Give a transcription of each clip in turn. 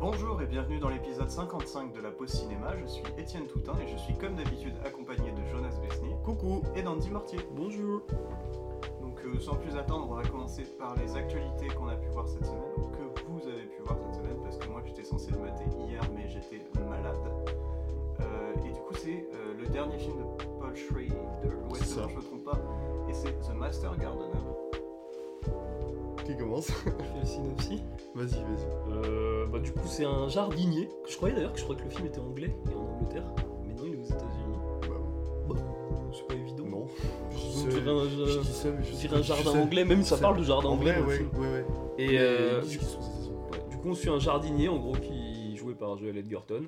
Bonjour et bienvenue dans l'épisode 55 de La Pause Cinéma. Je suis Étienne Toutin et je suis comme d'habitude accompagné de Jonas Besnier Coucou et d'Andy Mortier. Bonjour Donc euh, sans plus attendre, on va commencer par les actualités qu'on a pu voir cette semaine, ou que vous avez pu voir cette semaine, parce que moi j'étais censé le mater hier, mais j'étais malade. Euh, et du coup c'est euh, le dernier film de Paul Schrader, ouais, C'est c'est bon, ça. je me trompe pas, et c'est The Master Gardener. Qui commence Fais le synopsis. Vas-y, vas-y. Euh, bah, du coup, c'est un jardinier. que Je croyais d'ailleurs que je croyais que le film était anglais et en Angleterre. Mais non, il est aux États-Unis. Bah, Bah, c'est pas évident. non. Je dirais un, Je euh, dis ça, mais je je sais dirais pas, un je jardin sais- anglais, même ça je parle sais- de jardin En anglais. vrai, dans le ouais, film. ouais, ouais. Et euh, du, ouais. ouais, du coup, on suit un jardinier, en gros, qui joué par Joel Edgerton.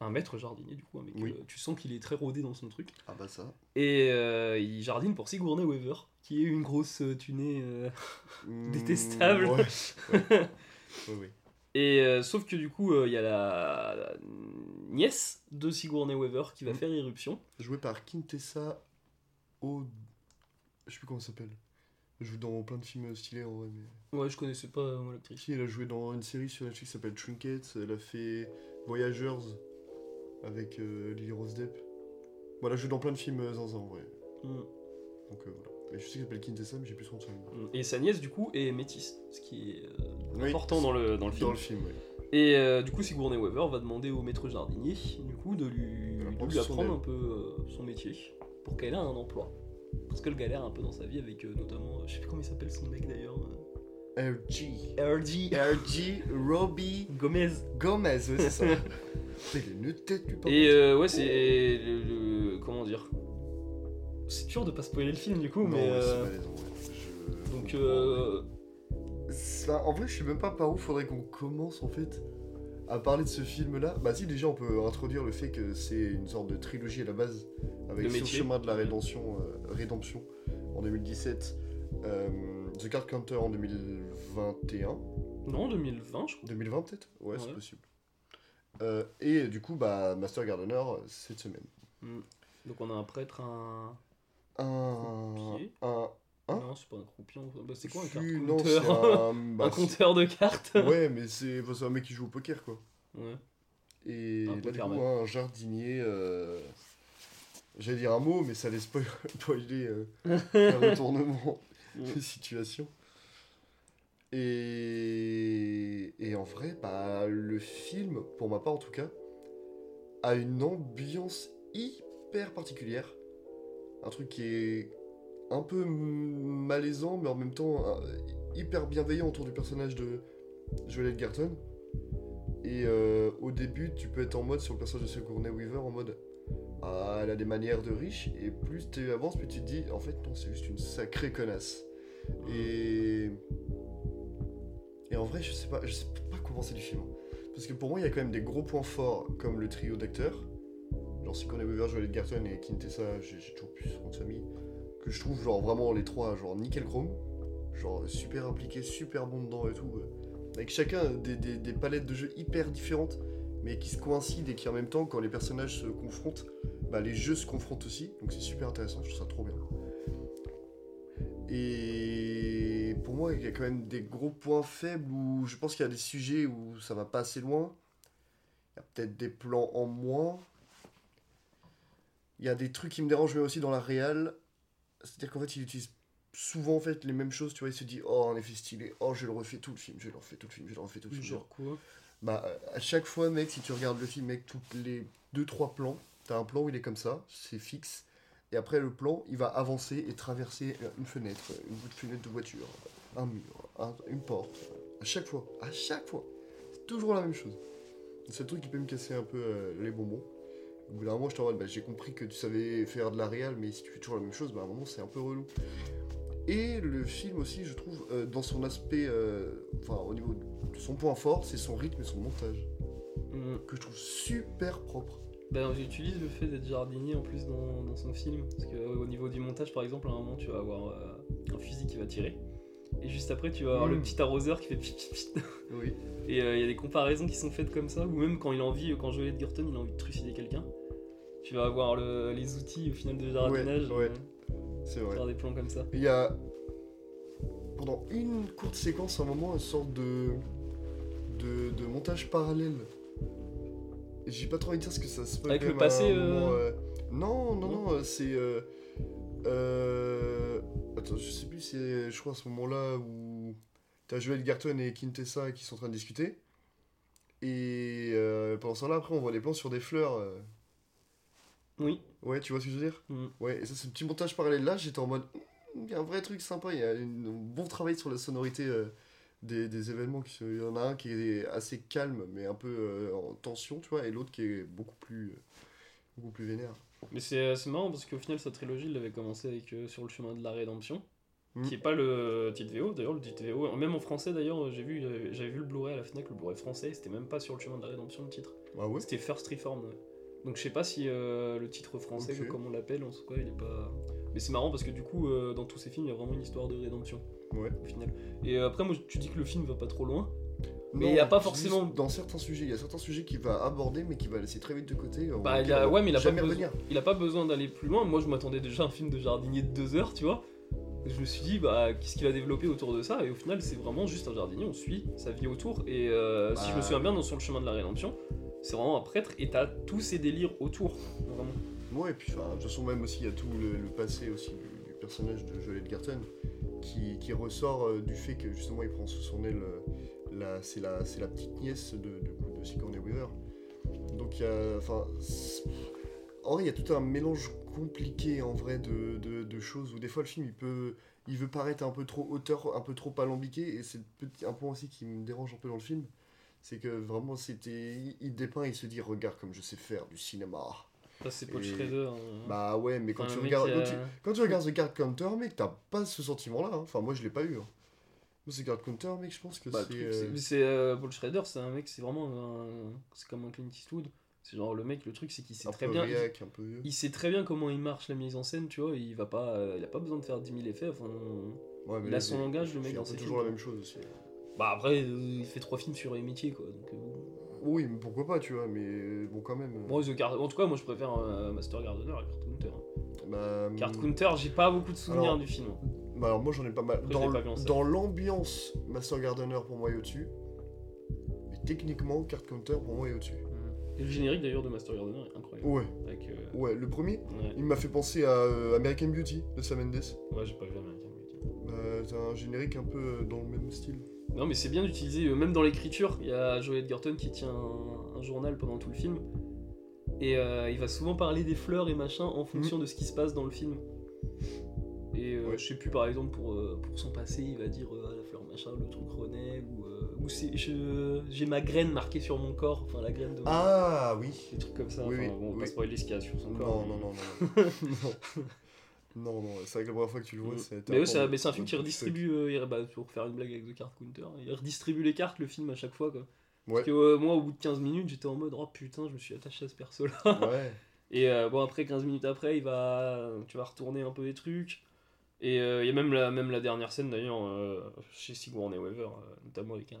Un maître jardinier, du coup, un mec, Oui. euh, tu sens qu'il est très rodé dans son truc. Ah bah ça. Et euh, il jardine pour Sigourney Weaver, qui est une grosse euh, tunée euh, Mm, détestable. Ouais, ouais, ouais. Et euh, sauf que du coup, euh, il y a la, la nièce de Sigourney Weaver qui va Mm. faire irruption. Joué par Quintessa O... Je sais plus comment elle s'appelle. Elle joue dans plein de films stylés en vrai, mais... Ouais, je connaissais pas euh, moi, l'actrice. Si, elle a joué dans une série sur Netflix qui s'appelle Trinkets, elle a fait Voyagers avec euh, Lily Rose Depp. Bon, elle a joué dans plein de films euh, zinzin en vrai. Mm. Donc euh, voilà. Mais je sais qu'elle s'appelle Quintessa, mais j'ai plus son nom. mm. Et sa nièce, du coup, est métisse, ce qui est euh, Oui. important dans le, dans le film. Dans le film, oui. Et euh, du coup, Sigourney Weaver va demander au maître jardinier, du coup, de lui, De lui de apprendre lui son apprendre aile. un peu euh, son métier pour qu'elle ait un emploi. Parce qu'elle galère un peu dans sa vie avec euh, notamment, euh, je sais plus comment il s'appelle son mec d'ailleurs, RG. euh, RG RG Robbie Gomez. Gomez, ouais, c'est ça. Putain, il a une tête, lui, par Et contre. euh, ouais, c'est le, le- Comment dire C'est dur de pas spoiler le film du coup, Non, mais. ouais, c'est euh, malaisant, ouais. Je- donc, euh, C'est- bah, en vrai, je sais même pas par où faudrait qu'on commence en fait à parler de ce film-là. Bah si, déjà on peut introduire le fait que c'est une sorte de trilogie à la base avec De Sur le métier. chemin de la rédemption, euh, rédemption en 2017, euh, The Carpenter en 2021, non, 2020, je crois. 2020 peut-être, ouais, c'est Ouais. possible. Euh, et du coup, bah Master Gardener cette semaine. Donc, on a un prêtre, un. Un, Croupier un, Hein non, c'est pas un croupier. on- bah, c'est quoi un si, carte non, c'est compteur un, Un bah, c'est- compteur de cartes ouais, mais c'est bah, c'est un mec qui joue au poker quoi. Ouais. Et Un là, du poker coup, man. un jardinier. euh, J'allais dire un mot, mais ça allait spoil- spoiler euh, un retournement de situation. Et... et en vrai, bah, le film, pour ma part en tout cas, a une ambiance hyper particulière. Un truc qui est un peu m- malaisant, mais en même temps euh, hyper bienveillant autour du personnage de Joel Edgerton. Et euh, au début, tu peux être en mode sur le personnage de Sigourney Weaver en mode Ah, elle a des manières de riche. Et plus tu avances, plus tu te dis En fait, non, c'est juste une sacrée connasse. Et. Et en vrai, je sais pas, je sais pas comment c'est du film. hein. Parce que pour moi, il y a quand même des gros points forts comme le trio d'acteurs. Genre Sigourney Weaver, Joel Edgerton et Quintessa, j'ai j'ai toujours plus son nom de famille. Que je trouve genre vraiment les trois, genre nickel chrome. Genre super impliqués, super bons dedans et tout. euh avec chacun des, des- des palettes de jeux hyper différentes, mais qui se coïncident et qui en même temps, quand les personnages se confrontent, bah, les jeux se confrontent aussi. Donc c'est super intéressant, je trouve ça trop bien. Et pour moi, il y a quand même des gros points faibles où je pense qu'il y a des sujets où ça va pas assez loin. Il y a peut-être des plans en moins. Il y a des trucs qui me dérangent, mais aussi dans la réal. C'est-à-dire qu'en fait, il utilise souvent en fait les mêmes choses, tu vois, il se dit oh un effet stylé, oh je le refais tout le film, je le refais tout le film, je le refais tout le film. Genre quoi Bah euh, à chaque fois mec, si tu regardes le film mec, toutes les deux trois plans, t'as un plan où il est comme ça, c'est fixe, et après le plan il va avancer et traverser euh, une fenêtre, une bout de fenêtre de voiture, euh, un mur, un- une porte, euh, à chaque fois, à chaque fois, c'est toujours la même chose. C'est le truc qui peut me casser un peu euh, les bonbons. Au bout d'un moment, je t'en bah, j'ai compris que tu savais faire de la réal, mais si tu fais toujours la même chose, bah, à un moment, c'est un peu relou. Et le film aussi, je trouve, euh, dans son aspect, euh, enfin au niveau de son point fort, c'est son rythme et son montage, Mm. que je trouve super propre. Ben, j'utilise le fait d'être jardinier en plus dans, dans son film. Parce que euh, au niveau du montage, par exemple, à un moment, tu vas avoir euh, un fusil qui va tirer. Et juste après, tu vas avoir le Mm. petit arroseur qui fait pit pit pit. Oui. Et euh, il y a des comparaisons qui sont faites comme ça, ou même quand il a envie, euh, quand Joel Edgerton il a envie de trucider quelqu'un, tu vas avoir le- les outils au final de jardinage, Ouais, ouais, euh, C'est pour vrai. faire des plans comme ça. Il y a pendant une courte séquence, à un moment, une sorte de de, de montage parallèle. J'ai pas trop envie de dire ce que ça se peut. Avec quand le même passé, à un moment, euh, euh, Non, non, non non, euh, c'est. euh, euh, Attends, je sais plus, c'est. Je crois à ce moment-là où. T'as Joel Garton et Quintessa qui sont en train de discuter. Et euh, pendant ce temps-là, après, on voit des plans sur des fleurs. euh. Oui. Ouais, tu vois ce que je veux dire Mm. Ouais, et ça, c'est le petit montage parallèle là, j'étais en mode. Il y a un vrai truc sympa, il y a une- un bon travail sur la sonorité euh, des, des événements. qui se- Il y en a un qui est assez calme, mais un peu euh, en tension, tu vois, et l'autre qui est beaucoup plus, euh, beaucoup plus vénère. Mais c'est c'est marrant parce qu'au final, sa trilogie, il avait commencé avec euh, Sur le chemin de la rédemption, Mm. qui est pas le titre VO. D'ailleurs, le titre VO, même en français d'ailleurs, j'ai vu, euh, j'avais vu le Blu-ray à la Fnac, le Blu-ray français, c'était même pas Sur le chemin de la rédemption le titre. Ah ouais C'était First Reformed. ouais. Donc je sais pas si euh, le titre français, Ok. comme on l'appelle, en tout cas, il est pas. Mais c'est marrant parce que du coup, euh, dans tous ces films, il y a vraiment une histoire de rédemption. Ouais. Au final. Et euh, après, moi, tu dis que le film va pas trop loin. Mais il y a pas juste forcément- Dans certains sujets, il y a certains sujets qu'il va aborder, mais qu'il va laisser très vite de côté. euh, Bah, il auquel a- on va ouais, mais il a pas jamais besoin- revenir. Il a pas besoin d'aller plus loin. Moi, je m'attendais déjà à un film de jardinier de deux heures, tu vois. Je me suis dit, bah, qu'est-ce qu'il va développer autour de ça Et au final, c'est vraiment juste un jardinier. On suit sa vie autour. Et euh, si je me Bah. souviens bien, dans Sur le chemin de la rédemption, c'est vraiment un prêtre. Et t'as tous ses délires autour, vraiment. Ouais, et puis enfin, de toute façon, même aussi, il y a tout le, le passé aussi du, du personnage de Joel Edgerton qui, qui ressort euh, du fait que justement il prend sous son aile, euh, la- c'est la, c'est la petite nièce de, de, de Sigourney Weaver. Donc, il y a. Enfin. c'est- En vrai, il y a tout un mélange compliqué en vrai de, de- de choses où des fois le film il peut. Il veut paraître un peu trop auteur, un peu trop alambiqué, et c'est le petit- un point aussi qui me dérange un peu dans le film. C'est que vraiment, c'était. Il, il dépeint, il se dit Regarde comme je sais faire du cinéma. Ça, c'est Paul Et- Schrader. hein. Bah ouais, mais quand, Enfin, tu, le mec, regardes, il quand, a- Bah, tu, quand tu regardes The Card Counter, mec, t'as pas ce sentiment-là. hein. Enfin, moi, je l'ai pas eu. hein. Moi, The Card Counter, mec, je pense que Bah, le c'est. truc, c'est- euh, c'est, euh, Paul Schrader, c'est un mec, c'est vraiment un- C'est comme un Clint Eastwood. C'est genre le mec, le truc, c'est qu'il sait un très peu bien. réac, un peu vieux. Il sait très bien comment il marche la mise en scène, tu vois. Il va pas, euh, il a pas besoin de faire 10 000 effets. Enfin, Ouais, mais il là, a son c'est- langage, le c'est mec, un dans peu ses toujours la films. même chose aussi. Bah après, euh, il fait trois films sur les métiers, quoi. Donc, euh, bon. Oui, mais pourquoi pas, tu vois, mais euh, bon, quand même. euh, Moi, The Gar- En tout cas, moi, je préfère euh, Master Gardener à Card Counter. hein. bah, Card hum, Counter, j'ai pas beaucoup de souvenirs Alors, du film. hein. bah, alors, moi, j'en ai pas mal. Après, je Dans l'ai pas l- vu en salle. dans l'ambiance, Master Gardener, pour moi, est au-dessus. Mais techniquement, Card Counter, pour moi, est au-dessus. Et le générique, d'ailleurs, de Master Gardener est incroyable. Ouais, Avec, euh, ouais, le premier, ouais. il m'a fait penser à euh, American Beauty de Sam Mendes. Ouais, j'ai pas vu American Beauty. Bah, c'est un générique un peu euh, dans le même style. Non, mais c'est bien d'utiliser, euh, même dans l'écriture, il y a Joel Edgerton qui tient un, un journal pendant tout le film. Et euh, il va souvent parler des fleurs et machin en fonction de ce qui se passe dans le film. Et euh, Mhm. Ouais. je sais plus, par exemple, pour, euh, pour son passé, il va dire euh, Ah, la fleur machin, le truc renaît, ou, euh, ou c'est- je- j'ai ma graine marquée sur mon corps, enfin la graine de mon Ah oui. Des trucs comme ça. Oui, enfin, oui, bon, on va oui. pas spoiler ce qu'il y a sur son corps. Non, mais- non, non, non. Non, non, non, non, c'est vrai que la première fois que tu le vois, Mm. c'est. Mais, eux, ça- mais c'est un film qui redistribue, euh, il- bah, pour faire une blague avec The Card Counter, il redistribue les cartes, le film à chaque fois. Quoi. Parce que euh, moi, au bout de 15 minutes, j'étais en mode oh putain, je me suis attaché à ce Ouais. perso-là. Et euh, bon, après, 15 minutes après, il va, tu vas retourner un peu les trucs. Et euh, il y a même la, même la dernière scène d'ailleurs euh, chez Sigourney Weaver, euh, notamment avec un.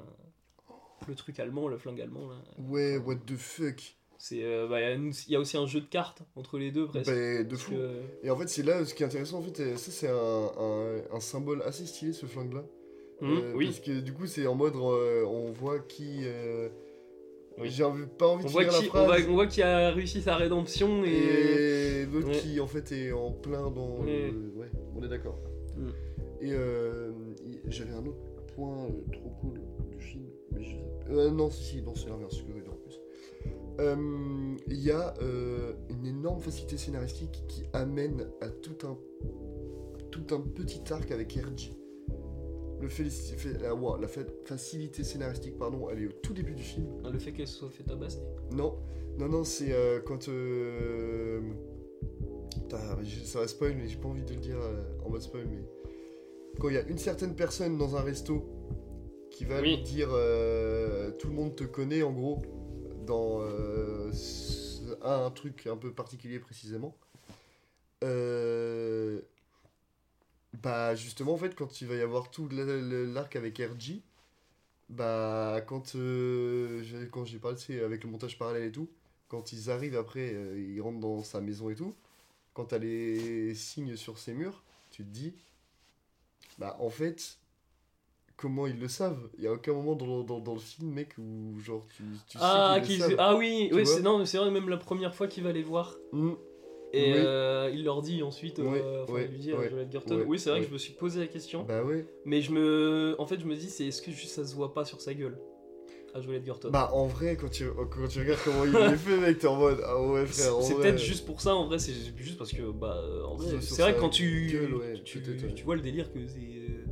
Le truc allemand, le flingue allemand là. Ouais, what the fuck. C'est, euh, bah, il y a une- il y a aussi un jeu de cartes entre les deux presque. Ben, de Parce fou. que- euh, Et en fait, c'est là ce qui est intéressant, en fait, euh, ça, c'est un, un, un symbole assez stylé, ce flingue-là. Hum, Euh, oui. Parce que du coup, c'est en mode, euh, on voit qui. euh, Oui. J'ai envie- pas envie On de voit, finir la qui, phrase. on va- on voit qui a réussi sa rédemption et. euh, et l'autre Ouais. qui en fait est en plein dans Ouais. le- ouais on est d'accord Mm. et euh, y- j'avais un autre point euh, trop cool du film mais je... euh, non si si non c'est l'inverse ce que je veux dire en plus Euh, il y a euh, une énorme facilité scénaristique qui amène à tout un tout un petit arc avec RG le félici- fé- la, ouah, la fa- facilité scénaristique pardon elle est au tout début du film Le fait qu'elle se soit fait tabasser. non, non, non, c'est euh, quand. Euh... Putain, mais je- ça va spoil, mais j'ai pas envie de le dire euh, en mode spoil, mais. Quand il y a une certaine personne dans un resto qui va Oui. lui dire euh, Tout le monde te connaît, en gros, dans euh, ce- un, un truc un peu particulier précisément. Euh, Bah, justement, en fait, quand il va y avoir tout la- la- l'arc avec RG, bah, quand euh, j'ai- quand j'ai parlé c'est avec le montage parallèle et tout, quand ils arrivent après, euh, ils rentrent dans sa maison et tout, quand t'as les signes sur ses murs, tu te dis, bah en fait, comment ils le savent. Il y a aucun moment dans, dans, dans le film, mec, où genre tu, tu ah, sais qu'ils qu'ils- le savent. ah oui, Tu ouais, vois c'est non, mais c'est vrai, même la première fois qu'il va les voir. Mm. Et Oui. euh, il leur dit ensuite, euh, Ouais, enfin, ouais, il lui dit à ouais, Joel Edgerton. ouais, oui, c'est vrai que ouais. je me suis posé la question, Bah ouais. mais je me, en fait, je me dis, c'est est-ce que juste ça se voit pas sur sa gueule à Joel Edgerton Bah en vrai, quand tu, quand tu regardes comment il est fait, mec, t'es en mode ah ouais C'est frère. en c'est vrai. peut-être juste pour ça, en vrai, c'est juste parce que, bah, en vrai, C'est sur c'est vrai sa que quand tu, gueule, ouais, tu, peut-être, ouais. tu vois le délire que c'est. euh,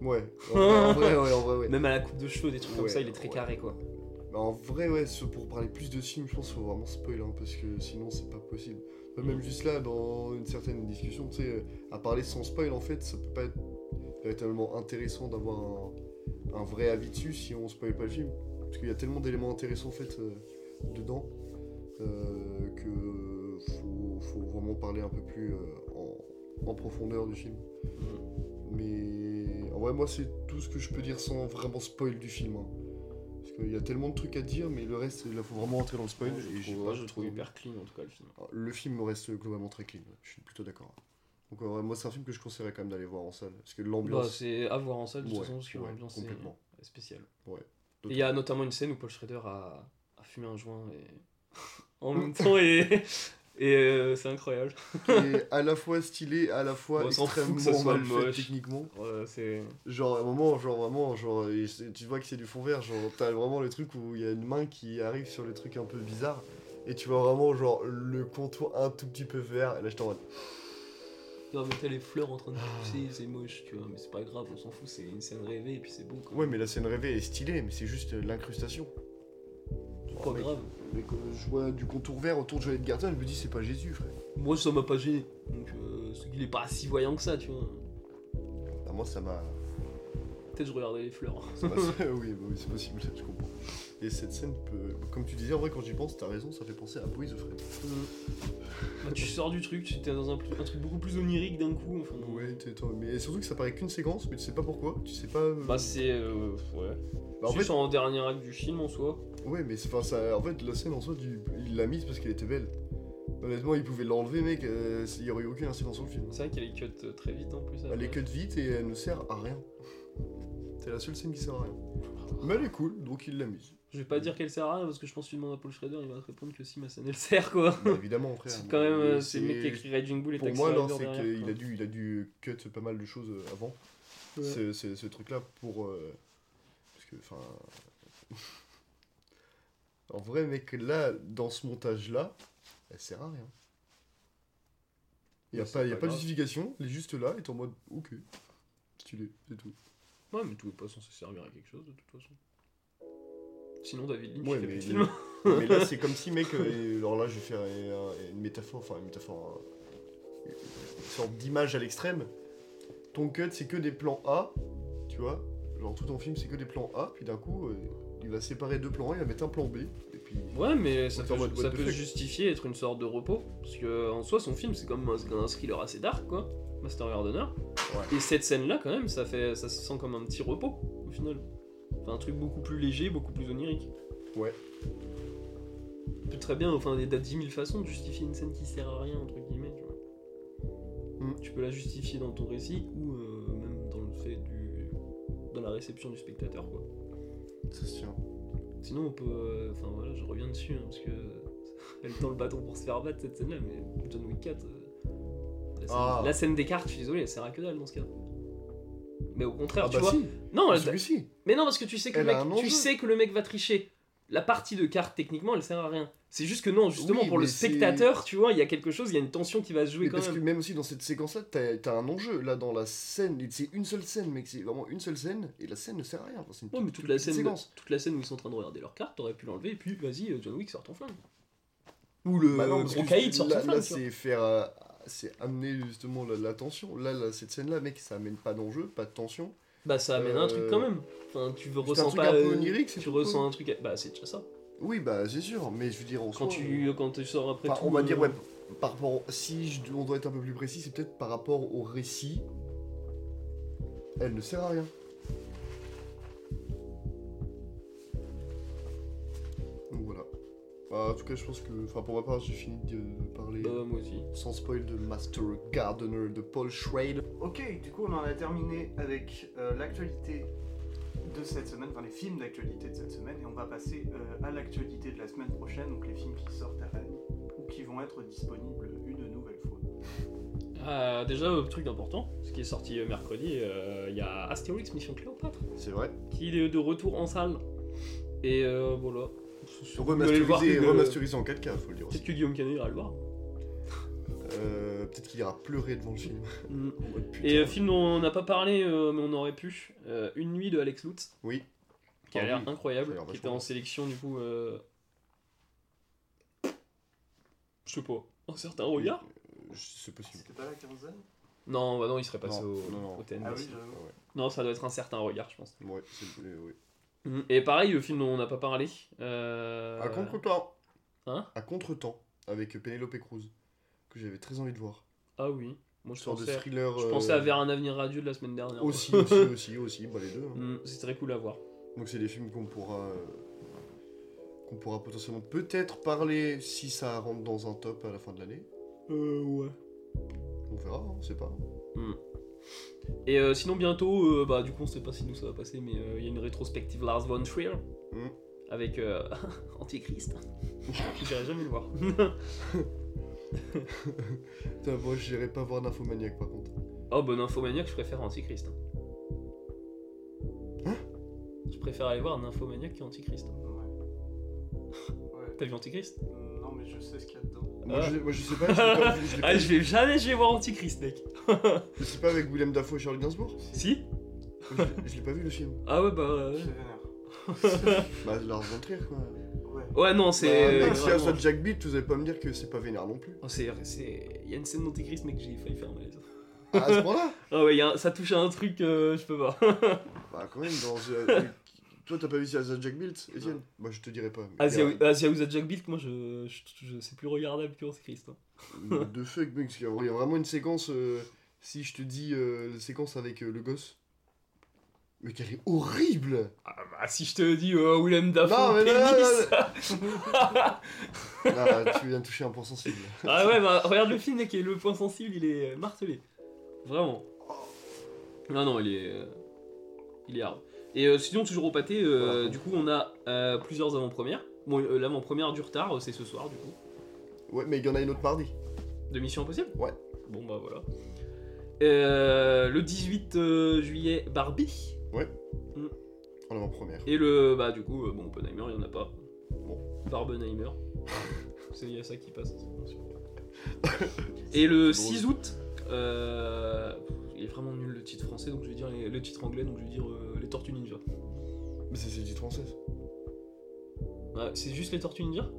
Ouais. En vrai, en vrai, ouais, en vrai, ouais. Même à la coupe de cheveux, des trucs comme Ouais, ça, il est très ouais. carré, quoi. Bah, en vrai, ouais, ce- pour parler plus de films, je pense qu'il faut vraiment spoiler, hein, parce que sinon, c'est pas possible. Enfin, Même juste là, dans une certaine discussion, tu sais, euh, à parler sans spoil, en fait, ça peut pas être véritablement intéressant d'avoir un, un vrai avis dessus si on spoil pas le film. Parce qu'il y a tellement d'éléments intéressants, en fait, euh, dedans, euh, que faut, faut vraiment parler un peu plus euh, en, en profondeur du film. Mais en vrai, moi, c'est tout ce que je peux dire sans vraiment spoil du film. hein. Parce qu'il y a tellement de trucs à dire, mais le reste, là, faut vraiment entrer dans le spoil. Moi, et j'ai trouve- pas moi, je le trouve trop- hyper clean, en tout cas, le film. Alors, Le film reste globalement très clean, je suis plutôt d'accord. hein. Donc, en vrai, moi, c'est un film que je conseillerais quand même d'aller voir en salle. Parce que Bah, l'ambiance. c'est à voir en salle, de toute Ouais, façon, parce que ouais, l'ambiance est- complètement. est spéciale. Ouais. Et Il y a notamment une scène où Paul Schrader a, a fumé un joint et... en même temps, et, et euh, c'est incroyable. Qui est à la fois stylé, à la fois On s'en fout extrêmement que ça soit mal fait moche. techniquement. Ouais, Oh, c'est Genre, à un moment, genre, vraiment, genre, et c'est- tu vois que c'est du fond vert, genre, t'as vraiment le truc où il y a une main qui arrive sur les trucs un peu bizarres, et tu vois vraiment, genre, le contour un tout petit peu vert, et là, je t'en mode, Non, mais t'as les fleurs en train de pousser, c'est moche, tu vois, Ah. mais c'est pas grave, on s'en fout, c'est une scène rêvée et puis c'est bon. Quoi. ouais, mais la scène rêvée est stylée, mais c'est juste euh, l'incrustation. C'est Oh, pas mec. grave. Mais quand je vois du contour vert autour de Johnny Garton, je me dis, c'est pas Jésus, frère. Moi, ça m'a pas gêné. Donc, euh, c'est qu'il est pas si voyant que ça, tu vois. Bah, moi, ça m'a. Peut-être je regardais les fleurs. ça m'a- oui, bah oui, c'est possible, je comprends. Et cette scène peut. Comme tu disais, en vrai, quand j'y pense, t'as raison, ça fait penser à Boys, frère. Bah, tu sors du truc, tu t'es dans un, plus- un truc beaucoup plus onirique d'un coup. Enfin, Ouais, t'es- t'es- mais surtout que ça paraît qu'une séquence, mais tu sais pas pourquoi, tu sais pas. euh, Bah, c'est. euh, ouais. bah, en c'est fait, en dernier acte du film en soi. Ouais, mais c'est- enfin, ça, en fait, la scène en soi, du- il l'a mise parce qu'elle était belle. Honnêtement, il pouvait l'enlever, mec, euh, il n'y aurait eu aucune incidence sur le film. C'est vrai qu'elle est cut euh, très vite en plus. Elle est après. cut vite et elle ne sert à rien. C'est la seule scène qui sert à rien. Mais elle est cool, donc il l'a mise. Je vais pas dire qu'elle sert à rien parce que je pense que tu demandes à Paul Schrader, il va te répondre que si ma scène elle sert quoi. Bah, évidemment, frère. C'est quand même euh, mais c'est le mec qui a écrit Raging Bull et Pour Taxi moi, alors, Driver c'est derrière, qu'il quoi. a dû, il a dû cut pas mal de choses euh, avant Ouais. ce, ce- ce truc-là pour. euh, parce que, enfin. en vrai, mec, là, dans ce montage-là, elle sert à rien. Il n'y a Mais pas, Bah, c'est y a pas pas de grave. justification, elle est juste là, elle est en mode ok, stylé, c'est tout. Ouais, mais tout est pas censé servir à quelque chose de toute façon. Sinon, David Lynch, Ouais, il fait mais- le film. mais là, c'est comme si, mec, euh, et alors là, je vais faire euh, un- une métaphore, enfin, une métaphore, un- une sorte d'image à l'extrême. Ton cut, c'est que des plans A, tu vois. Genre, tout ton film, c'est que des plans A, puis d'un coup, euh, il va séparer deux plans A, il va mettre un plan B, et puis. Ouais, mais ça Donc, peut, en mode, ça what the peut fuck justifier être une sorte de repos. Parce que en soi, son film, c'est comme, un- c'est comme un thriller assez dark, quoi. Master Gardener. Ouais. Et cette scène-là, quand même, ça, fait, ça se sent comme un petit repos, au final. Enfin, un truc beaucoup plus léger, beaucoup plus onirique. Ouais. On peut très bien, enfin, des dix mille façons de justifier une scène qui sert à rien, entre guillemets, tu vois. Mm. Tu peux la justifier dans ton récit ou euh, même dans le fait du. dans la réception du spectateur, quoi. Ça se tient. Sinon, on peut. euh, Enfin voilà, je reviens dessus hein, parce que elle tend le bâton pour se faire battre cette scène-là, mais John Wick 4. euh, la, scène, Ah. la scène des cartes, je suis désolé, elle sert à que dalle dans ce cas. Mais au contraire, Ah tu bah vois. si Non, elle- Parce que si mais non, parce que tu sais que, le Elle a mec, un tu enjeu. sais que le mec va tricher. La partie de cartes, techniquement, elle sert à rien. C'est juste que non, justement, Oui, pour le mais c'est- spectateur, tu vois, il y a quelque chose, il y a une tension qui va se jouer Mais quand parce même. que même aussi dans cette séquence-là, t'as t'as un enjeu. Là, dans la scène, et c'est une seule scène, mec, c'est vraiment une seule scène, et la scène ne sert à rien. Enfin, c'est une Ouais, mais toute la, petite scène, séquence. toute la scène où ils sont en train de regarder leurs cartes, t'aurais pu l'enlever et puis vas-y, euh, John Wick sort ton flingue. Ou le Bah non, parce gros que caïd sort là, ton flingue. là, tu vois. c'est faire euh, c'est amener justement la, la tension là, là, cette scène là mec ça amène pas d'enjeu pas de tension Bah ça amène un Euh, truc quand même. Enfin tu veux juste un ressens truc pas un peu euh, onirique, c'est tu tout, ressens un truc bah c'est déjà ça. oui bah c'est sûr mais je veux dire en Quand soi, tu euh, quand tu sors après enfin, tout on va euh, dire ouais par rapport si je- on doit être un peu plus précis c'est peut-être par rapport au récit elle ne sert à rien donc voilà Enfin, en tout cas, je pense que. Enfin, pour ma part, j'ai fini de, de parler Bah, moi aussi. sans spoil de Master Gardener de Paul Schrader. Ok, du coup, on en a terminé avec euh, l'actualité de cette semaine, enfin les films d'actualité de cette semaine, et on va passer euh, à l'actualité de la semaine prochaine, donc les films qui sortent à Rennes ou qui vont être disponibles une nouvelle fois. Ah, déjà, euh, truc important, ce qui est sorti euh, mercredi, euh, il y a Astérix Mission Cléopâtre C'est vrai. qui est de retour en salle. Et euh, voilà. Vous allez le voir, Remasterisé, que- remasterisé en 4K, faut le dire aussi. Peut-être que Guillaume Canet ira le voir. Euh, Peut-être qu'il ira pleurer devant le film. Mm. En mode, Oh, putain. Et euh, film dont on n'a pas parlé, euh, mais on aurait pu, euh, Une nuit de Alex Lutz, Oui. qui a Ah l'air oui, ça incroyable, a l'air qui vachement était en bien. sélection du coup. euh, Je sais pas, un certain regard Euh, C'est possible. C'était pas la quinzaine Non, bah non, il serait passé Non, au, non, non. au TNS. Ah oui, j'avoue. Ah ouais. Non, ça doit être un certain regard, je pense. Ouais, c'est euh, ouais. Mm. Et pareil, le film dont on n'a pas parlé. euh, À contre-temps. Hein À contre-temps, avec Penelope Cruz, que j'avais très envie de voir. Ah oui, moi je Histoire de pensais, à... thriller. je euh, pensais à Vers un avenir radieux de la semaine dernière. Aussi, aussi, aussi, aussi, bah les deux. hein. Mm, c'est très cool à voir. Donc c'est des films qu'on pourra euh, qu'on pourra potentiellement peut-être parler si ça rentre dans un top à la fin de l'année. Euh, ouais. On verra, hein, on sait pas. Et euh, sinon, bientôt, euh, bah, du coup, on sait pas si nous ça va passer, mais euh, il y a une rétrospective Lars von Trier Mm. avec euh, Antichrist. J'irai jamais le voir. Putain, moi j'irai pas voir Nymphomaniac par contre. oh, bon, Nymphomaniac, je préfère Antichrist. Hein je préfère aller voir Nymphomaniac qu'Antichrist. Ouais. Ouais. T'as vu Antichrist Non, mais je sais ce qu'il y a dedans. Moi, Ah. je, moi, je sais pas, je l'ai pas vu, je l'ai pas Ah, je vu. vais jamais, je vais voir Antichrist, mec. Mais C'est pas avec Willem Dafoe et Charlie Gainsbourg si Moi, Je je l'ai pas vu le film. Ah ouais, bah. euh, C'est vénère. Bah Lars von Trier quoi. Ouais. Ouais, non, c'est. Bah, euh, mec, si à soit vraiment- Jack Beat, vous allez pas me dire que c'est pas vénère non plus. Oh, c'est- c'est- Il y a une scène d'Antichrist, mec, j'ai failli faire un malaise. Ah, à ce point-là Ah ouais, il y a un- ça touche à un truc, euh, je peux pas. Bah quand même dans euh, Toi t'as pas vu si à soit Jack Beat, Etienne Bah je te dirai pas. mais- Asia Asia Who's a ah, Jack Built, moi je, je, je- c'est plus regardable que Antichrist. hein. euh, de fuck, mec, parce qu'il y a il y a vraiment une séquence. euh, si je te dis euh, la séquence avec euh, le gosse, mais qu'elle est horrible! Ah bah si je te dis euh, Willem Dafoe, Non, mais non, pénis. non, Ah, tu viens de toucher un point sensible. Ah ouais, bah regarde le film, mec, et le point sensible il est euh, martelé. Vraiment. Non, non, il est. euh, il est hard. Et euh, sinon, toujours au pâté, euh, Ouais. du coup, on a euh, plusieurs avant-premières. Bon, euh, l'avant-première du retard, euh, c'est ce soir, du coup. Ouais, mais il y en a une autre mardi. De Mission Impossible Ouais. Bon bah voilà. Euh, le 18 euh, juillet, Barbie. En avant-première. Et le, bah du coup, euh, bon, Oppenheimer, il n'y en a pas. Bon, Barbenheimer. C'est il y a ça qui passe. c'est bon, sûr. Et le C'est drôle. 6 août, euh, il est vraiment nul le titre français, donc je vais dire les- le titre anglais, donc je vais dire euh, les Tortues Ninja. Mais c'est ses titres françaises. Ah, c'est juste les Tortues Ninja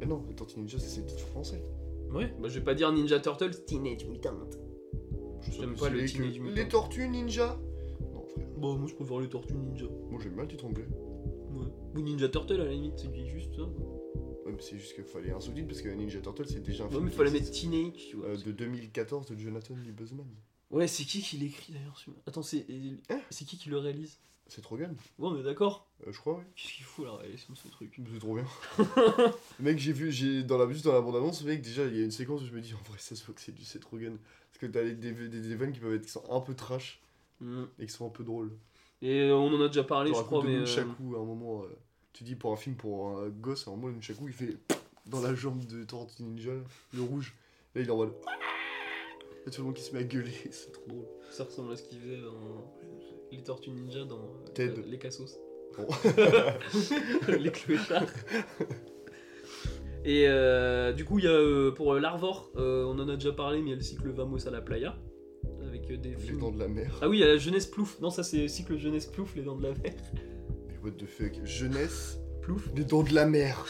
Mais non, les Tortues Ninja, c'est ses titres français. Ouais. Bah je vais pas dire Ninja Turtles, Teenage Mutant. J'aime pas C'est le les Teenage que- Mutant. Les Tortues Ninja! Non, frère. Bon, moi je préfère les Tortues Ninja. Moi, j'aime bien le titre anglais. Ouais. Ou Ninja Turtle à la limite, c'est juste hein. ça. Ouais, Ouais, mais c'est juste qu'il fallait un sous-titre parce que Ninja Turtle, c'est déjà un film. mais qui il fallait mettre existe, Teenage, tu vois. euh, de 2014 de Jonathan Lee Buzzman. Ouais, c'est qui qui l'écrit d'ailleurs celui-là Attends, c'est Hein c'est qui qui le réalise C'est trop bien. Ouais, on est d'accord Euh, je crois, oui. Qu'est-ce qu'il fout la réalisation de ce truc C'est trop bien. mec, j'ai vu, j'ai dans la juste dans la bande annonce, mec, déjà il y a une séquence où je me dis en vrai ça se voit que c'est du Seth Rogen parce que t'as les- des, des, des vannes qui peuvent être qui sont un peu trash et qui sont un peu drôles. Mm. Et euh, on en a déjà parlé, Genre, je un coup crois, de mais. euh, Nunchaku, à un moment, euh, tu dis pour un film pour un gosse, à un moment le Nunchaku il fait dans la jambe de Tortue Ninja, le rouge, et il est en mode "Ah et tout le monde qui se met à gueuler, c'est trop drôle. euh, ça ressemble à ce qu'il faisait dans Les Tortues Ninja dans euh, Ted. Les Cassos. Bon. les clochards. Et euh, du coup, il y a euh, pour euh, l'Arvor, euh, on en a déjà parlé, mais il y a le cycle Vamos à la Playa. Avec euh, des Les films. dents de la mer. Ah oui, il y a la Jeunesse Plouf. Non, ça c'est cycle Jeunesse Plouf, les dents de la mer. Mais what the fuck, jeunesse, Plouf. les dents de la mer.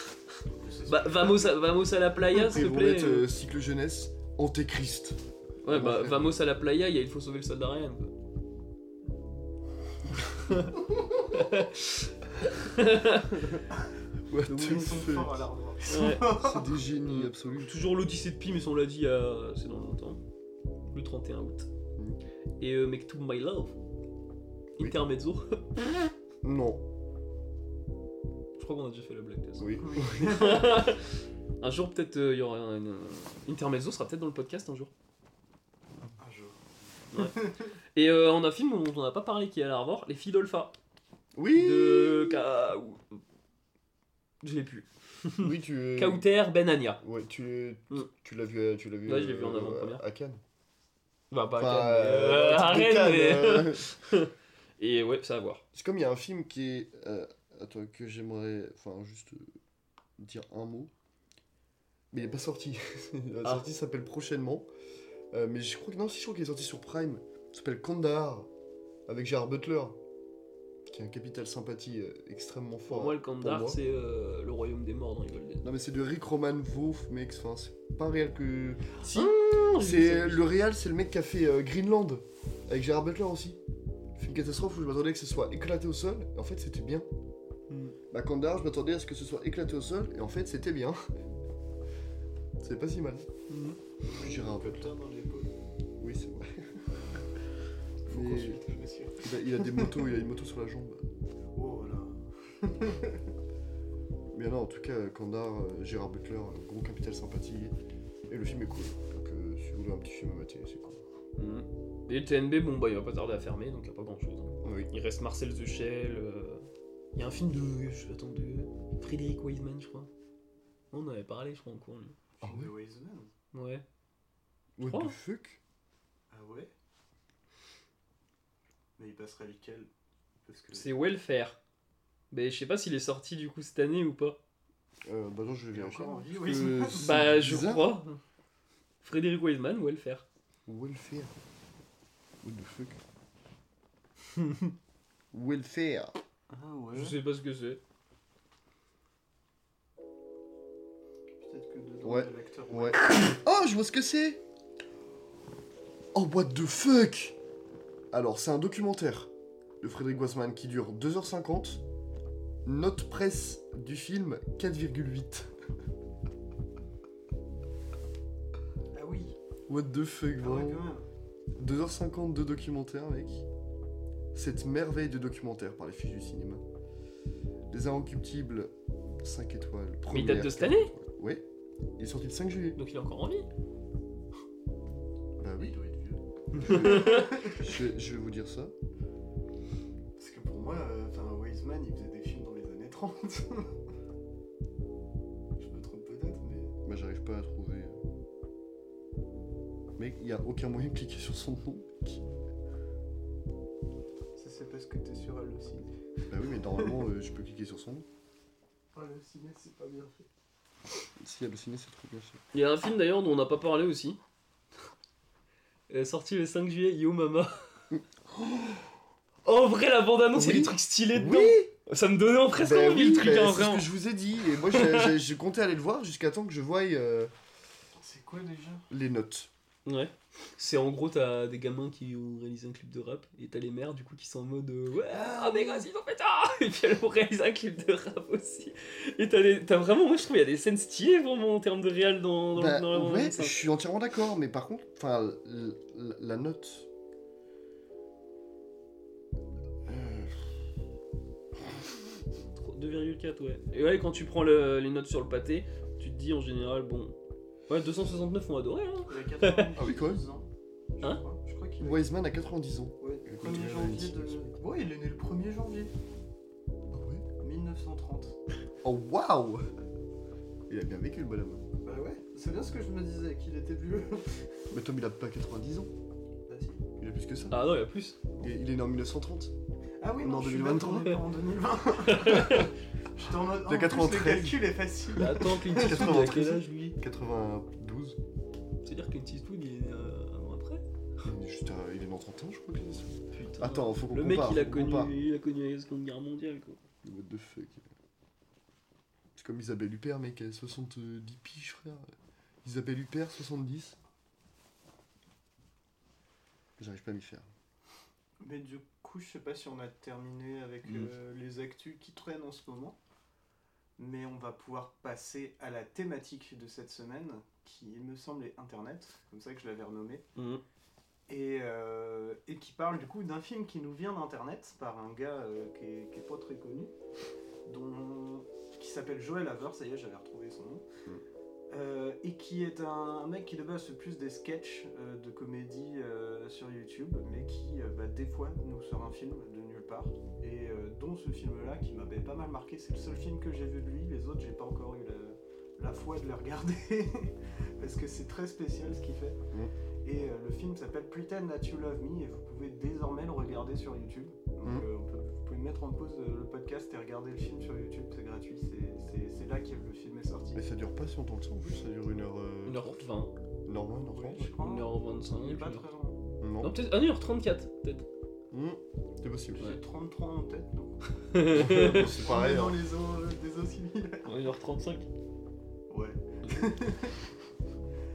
Bah, Vamos à, Vamos à la Playa, s'il Ils te vont plaît. mettre euh. euh, cycle jeunesse, antéchrist. Ouais, Comment bah, faire Vamos à la playa, il y a Il faut sauver le soldat Ryan. quoi. What Donc, the ils sont forts fuck. à la revoir. Ouais. C'est des Mm. génies absolus. Toujours l'Odyssée de Pi, mais on l'a dit euh, c'est dans longtemps. Le 31 août. Mhm. Et euh, Make to My Love. Oui. Intermezzo. Non. Je crois crois qu'on a déjà fait le black test. Oui. un jour, peut-être, euh, il y aura un, un- Intermezzo sera peut-être dans le podcast un jour. Un jour. Et euh, on a un film dont on n'a pas parlé qui est à la revoir, Les filles d'Olpha. Oui De. Ka... Je l'ai plus. Oui, tu. Kauter Ben Benania. Ouais, tu, tu, Mm. tu l'as vu, à- tu l'as vu. Ouais, je l'ai vu euh, en avant-première. À Cannes. Bah, pas Enfin, euh, à Cannes, mais, euh, à de Rennes, Cannes, mais- euh. Et ouais, ça à voir. C'est comme il y a un film qui est. euh, attends, que j'aimerais. Enfin, juste euh, dire un mot. Mais il n'est pas sorti. La Ah. sortie s'appelle prochainement. Euh, mais je crois que. Non, si je crois qu'il est sorti sur Prime. Il s'appelle Kandahar. Avec Gérard Butler. Qui a un capital sympathie euh, extrêmement fort. Pour moi, le pour Kandar, moi. c'est euh, le royaume des morts dans Evil Dead. Non, mais c'est de Rick Roman Wolf, mec. Enfin, c'est pas réel que. Si Oh, Ah, j'ai vu C'est ça. le Real, c'est le mec qui a fait euh, Greenland avec Gérard Butler aussi. Film catastrophe où je m'attendais que ce soit éclaté au sol, et en fait c'était bien. Hmm. Bah Kandar, je m'attendais à ce que ce soit éclaté au sol, et en fait c'était bien. c'est pas si mal. J'irai un peu. Peu de temps dans l'épaule. Oui, c'est vrai. Faut Mais- qu'on suive, messieurs. Il a, il a des motos, il a une moto sur la jambe. Oh là. Mais non, en tout cas, Kandar, euh, Gérard Butler, euh, gros capital sympathie, et le film est cool. Donc euh, si vous voulez un petit film à mater, c'est cool. Mhm. Et le TNB, bon, bah, il va pas tarder à fermer, donc il a pas grand chose. Oui. Il reste Marcel Zechel. euh, Il y a un film de. Je attends, de. Frédéric Wiseman, je crois. On en avait parlé, je crois, en cours. lui. Ah Film de Wiseman. Ouais. What Oh. Trois. the fuck Ah ouais Mais il passerait lequel Parce que. C'est Welfare. Mais je sais pas s'il est sorti du coup cette année ou pas. euh, Bah non, je vais Il est vérifier. encore hein. en vie, Parce oui. que C'est Bah, je bizarre. crois. Frédéric Wiseman, Welfare. Welfare. What the fuck Welfare. Ah ouais Je sais pas ce que c'est. Peut-être que dedans, Ouais. il y a l'acteur. Ouais. Oh, je vois ce que c'est Oh, what the fuck Alors, c'est un documentaire de Frédéric Wassmann qui dure 2h50. Note presse du film 4,8. Ah oui What the fuck, Oh Ah ouais, vraiment quand même 2h50 de documentaire, mec. Cette merveille de documentaire par les fiches du cinéma. Les Inoccupables, 5 étoiles. Mais il date de cette première, année quatre étoiles. Ouais. Il est sorti le 5 juillet. Donc il est encore en vie. Bah Il oui, doit être vieux. je, vais- je vais vous dire ça. Parce que pour moi, euh, enfin, Wiseman, il faisait des films dans les années 30. je me trompe peut-être, mais. Bah j'arrive pas à trouver. euh, Mec, il y a aucun moyen de cliquer sur son nom. Ça, c'est parce que t'es sur Allociné. Bah oui, mais normalement, euh, je peux cliquer sur son nom. Oh, Allociné, c'est pas bien fait. Si, halluciné, c'est trop bien fait. Il y a un film d'ailleurs dont on n'a pas parlé aussi. Euh, sorti le 5 juillet, Yo Mama. Oh, en vrai, la bande-annonce, il y a Oui. des trucs stylés dedans. Oui Ça me donnait en presque Bah envie oui, le truc, hein, bah, en c'est vrai. ce que je vous ai dit. Et moi, j'ai- j'ai j'ai compté aller le voir jusqu'à temps que je voie euh, C'est quoi déjà les notes. Ouais. C'est en gros, t'as des gamins qui ont réalisé un clip de rap et t'as les mères du coup qui sont en mode euh, Ouais, oh mes gars, ils ont fait ça Et puis elles ont réalisé un clip de rap aussi. Et t'as des- t'as vraiment, moi je trouve, il y a des scènes stylées vraiment en termes de réel dans, dans, Bah, dans la bande ouais, annonce, je hein. suis entièrement d'accord, mais par contre, enfin, l- l- la note. Euh, 2,4, ouais. Et ouais, quand tu prends le- les notes sur le pâté, tu te dis en général, bon. Ouais, 269 ont adoré, hein. Il a 92 Ah oui, quand même. ans. Je Hein crois. Je crois qu'il a. Wiseman a 90 ans. Ouais, Le le côté 1er janvier réalisme. de... Ouais, il est né le 1er janvier Ah ouais 1930. Oh waouh Il a bien vécu le bonhomme. Bah ouais, c'est bien ce que je me disais, qu'il était vieux. Mais Tom, il a pas 90 ans. Bah si. Il a plus que ça. Ah non, il y a plus. Il, est- il est né en 1930. Ah oui, On est non, en je suis bête, 2023. on est pas en 2020. J'étais en mode. De en plus, 93. Le calcul est facile. Mais Bah, attends, Clint Eastwood, il a quel âge lui 92. C'est-à-dire Clint Eastwood, il est né, euh, un an après Il est, Ah, juste à- il est né en 30 ans, je crois. qu'il est- Putain. Attends, faut qu'on Le mec, compare, il a, faut qu'on compare. connu, il a connu la Seconde Guerre mondiale, quoi. What the fuck C'est comme Isabelle Huppert, mec, elle a 70 piges, frère. Isabelle Huppert, 70. J'arrive pas à m'y faire. Mais du coup, je sais pas si on a terminé avec Mm. euh, les actus qui traînent en ce moment. Mais on va pouvoir passer à la thématique de cette semaine, qui il me semble est Internet, comme ça que je l'avais renommé. Et, euh, et qui parle du coup d'un film qui nous vient d'Internet par un gars euh, qui, est, qui est pas très connu, dont qui s'appelle Joël Haver, ça y est, j'avais retrouvé son nom. Mm. Euh, et qui est un, un mec qui de base fait plus des sketchs euh, de comédie euh, sur YouTube, mais qui euh, bah, des fois nous sort un film de nulle part. Et euh, dont ce film-là qui m'avait pas mal marqué, c'est le seul film que j'ai vu de lui, les autres j'ai pas encore eu la, la foi de les regarder, parce que c'est très spécial ce qu'il fait. Et euh, le film s'appelle Pretend That You Love Me et vous pouvez désormais le regarder sur YouTube. Donc Mhm. euh, on peut- vous pouvez mettre en pause euh, le podcast et regarder le film sur YouTube, c'est gratuit, c'est- c'est c'est là que le film est sorti. Mais ça dure pas si longtemps que ça en plus, ça dure 1h. 1h20, Normal, Oui, normal. je crois. 1h25. Il est pas une heure- très long. Non. Non, peut-être ah, 1h34, peut-être. Hmm, C'est possible. Ouais. J'ai 33 en tête, donc C'est on est pareil. dans hein. les eaux, euh, des eaux similaires. 1h35. Ouais.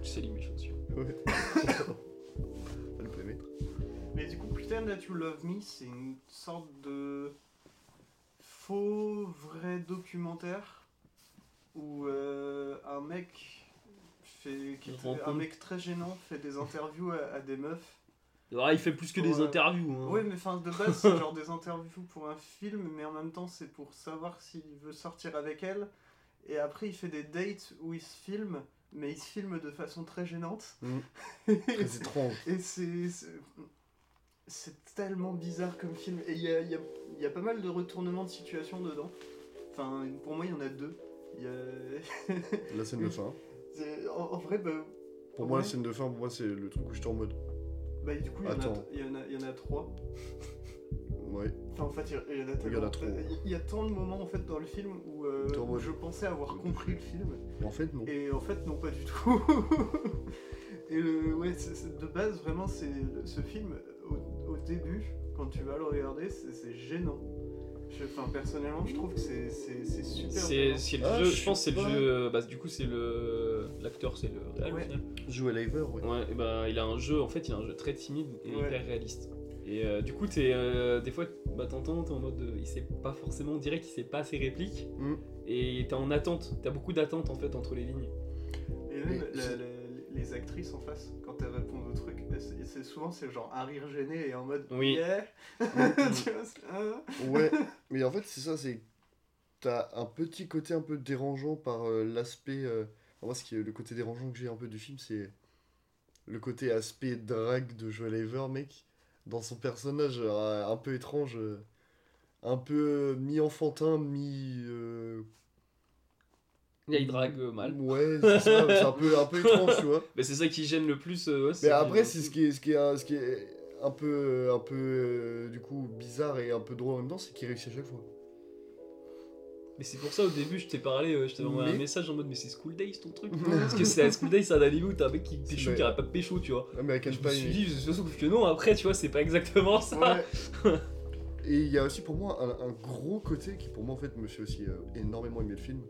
Tu salis mes chaussures. Ouais. Ah, Le playmaker. Mais du coup, Pretend That You Love Me, c'est une sorte de faux vrai documentaire où euh, un mec fait qui Il était- un rencontre. mec très gênant fait des interviews à, à des meufs. Ah, il fait plus que des Ouais. interviews. Hein. Ouais, mais enfin de base c'est genre des interviews pour un film, mais en même temps c'est pour savoir s'il veut sortir avec elle. Et après il fait des dates où il se filme, mais il se filme de façon très gênante. Mhm. Très étrange. Et c'est. c'est- C'est tellement bizarre comme film. Et il y a, il y a- il y a pas mal de retournements de situation dedans. Enfin, pour moi, il y en a deux. Il y a- La scène de fin. c'est- en, en vrai, bah, Pour moi, la Ouais. scène de fin, pour moi, c'est le truc où j'étais en mode. bah, du coup, il y, en a, Attends. il, y en a, il y en a trois. Ouais. Enfin, en fait, il y en a hein. tellement. trop. Il y a tant de moments en fait dans le film où, euh, Dans où le- je pensais avoir le- compris le film. Et en fait, non. Et en fait, non, pas du tout. et le, ouais, c'est- c'est- de base, vraiment, c'est ce film, au, au début, quand tu vas le regarder, c'est c'est gênant. Je- Enfin, personnellement, je trouve que c'est c'est- c'est super. C'est gênant. c'est le Ah, jeu, je je pense, c'est suis le pas- jeu. euh, Bah, du coup, c'est le. L'acteur, c'est le réel au Ouais. final. Jouer à Liver, ouais. Ouais, et bah, il a un jeu, en fait, il a un jeu très timide et Ouais. hyper réaliste. Et euh, du coup, t'es, euh, des fois, bah, t'entends, t'es en mode. euh, il sait pas forcément, on dirait qu'il sait pas ses répliques. Mm. Et t'es en attente, t'as beaucoup d'attentes en fait entre les lignes. Et même Mais la- c'est- la- les actrices en face, quand elles répondent au truc, elles- c'est c'est souvent c'est genre un rire gêné et en mode Oui. Mm, yeah. tu vois, c'est- hein Ouais, mais en fait, c'est ça, c'est. T'as un petit côté un peu dérangeant par euh, l'aspect. euh, Moi, ce qui est le côté dérangeant que j'ai un peu du film, c'est le côté aspect drague de Joel Haver, mec, dans son personnage euh, un peu étrange, euh, un peu euh, mi-enfantin, mi. euh, Là, il drague euh, mal. Ouais, c'est ça, c'est un peu, un peu étrange, tu vois. Mais c'est ça qui gêne le plus. euh, ouais, Mais c'est- après, c'est ce qui est, ce qui est, un- ce qui est un peu, un peu euh, du coup bizarre et un peu drôle en même temps, c'est qu'il réussit à chaque fois. Mais c'est pour ça au début je t'ai parlé, euh, je t'ai envoyé un Mais- message en mode mais c'est School Days ton truc Parce que c'est à School Days c'est un anime où t'as un mec qui C'est pécho vrai. qui arrête pas de pécho tu vois. American je me suis Pie. dit je- sauf que non après tu vois c'est pas exactement ça. Ouais. Et il y a aussi pour moi un, un gros côté qui pour moi en fait me fait aussi euh, énormément aimer le film.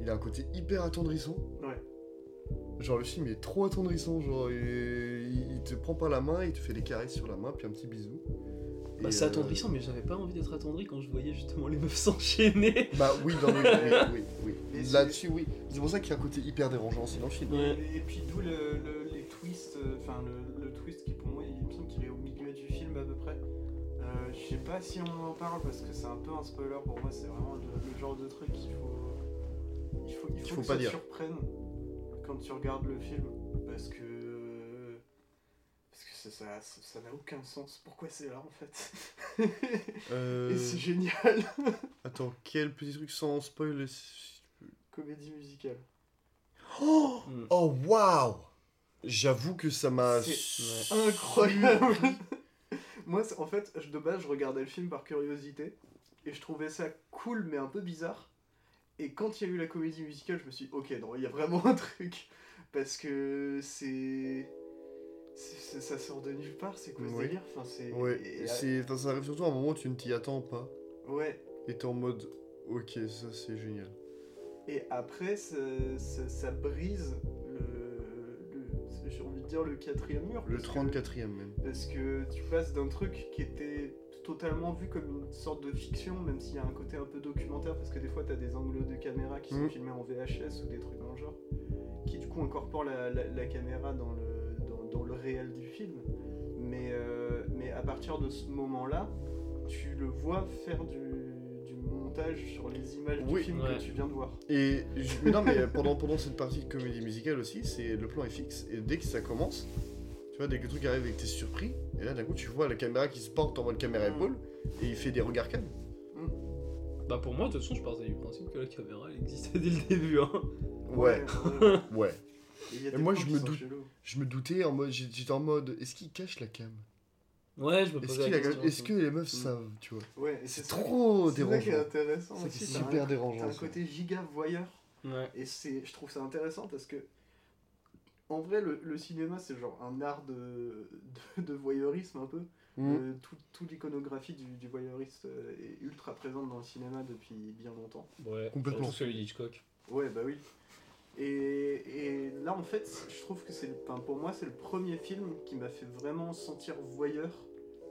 Il a un côté hyper attendrissant. Ouais. Genre le film est trop attendrissant, genre et- il, il te prend par la main, il te fait des caresses sur la main, puis un petit bisou. Bah Et, c'est euh, attendrissant mais j'avais pas envie d'être attendri quand je voyais justement les meufs s'enchaîner. Bah oui, non, mais- oui, oui, Mais oui. c'est- Là-dessus, oui. C'est pour ça qu'il y a un côté hyper dérangeant aussi dans le film. Ouais. Et, et puis d'où le, le- les twists, euh, enfin le, le twist qui pour moi il me semble qu'il est au milieu du film à peu près. Euh, je sais pas si on en parle parce que c'est un peu un spoiler pour moi, c'est vraiment le, le genre de truc qu'il faut. Il faut, il faut, Qu'il faut que pas ça dire. surprenne quand tu regardes le film parce que. Parce que ça- ça- ça ça n'a aucun sens. Pourquoi c'est là en fait Euh, Et c'est génial Attends, quel petit truc sans spoil si tu peux- Comédie musicale. Oh, Mm. oh waouh J'avoue que ça m'a C'est- su- Incroyable Moi, c'est- en fait, je- de base, je regardais le film par curiosité, et je trouvais ça cool, mais un peu bizarre. Et quand il y a eu la comédie musicale, je me suis dit, ok, non, il y a vraiment un truc. Parce que c'est... c'est- c'est- ça sort de nulle part, c'est quoi ce Oui. délire enfin, c'est... et- Ouais, et- euh, c'est, enfin, ça arrive surtout à un moment où tu ne t'y attends pas. ouais. Et t'es en mode, ok, ça c'est génial. Et après, ça, ça- ça brise le... le- j'ai envie de dire le quatrième mur. Le parce que- 34ème même. parce que tu passes d'un truc qui était totalement vu comme une sorte de fiction, même s'il y a un côté un peu documentaire, parce que des fois t'as des angles de caméra qui sont Mhm. filmés en VHS ou des trucs dans le genre, qui du coup incorporent la, la- la caméra dans le, dans, dans le réel du film. Mais, euh, mais à partir de ce moment-là, tu le vois faire du, du montage, sur les images Oui. du film Ouais. que tu viens de voir. Et je- mais non, mais pendant, pendant cette partie de comédie musicale aussi, c'est le plan est fixe. Et dès que ça commence, tu vois, dès que le truc arrive et que t'es surpris, et là d'un coup tu vois la caméra qui se porte en mode caméra Mm. épaule et il fait des regards calmes. Bah pour moi, de toute façon, je partais du principe que la caméra elle existait dès le début. Hein. Ouais, ouais. ouais. Et il y a Et des moi, plans je qui me sont doute- chelous. Je me doutais en mode, j'étais en mode, est-ce qu'il cache la cam Ouais, je me Est-ce posais qu'il la a- question. est-ce que les meufs Mm. savent, tu vois Ouais, et C'est ça- trop C'est ça qui est Oh, dérangeant. intéressant C'est ça qui est aussi. t'as super un- T'as dérangeant. un ça. côté giga voyeur. Ouais. Et c'est, je trouve ça intéressant parce que, en vrai, le, le cinéma, c'est genre un art de, de, de voyeurisme un peu. Mm. Euh, tout, toute l'iconographie du, du voyeuriste euh, est ultra présente dans le cinéma depuis bien longtemps. Ouais. Complètement. Surtout celui d'Hitchcock. Ouais, bah oui. Et, et là, en fait, je trouve que c'est, le- enfin, pour moi, c'est le premier film qui m'a fait vraiment sentir voyeur,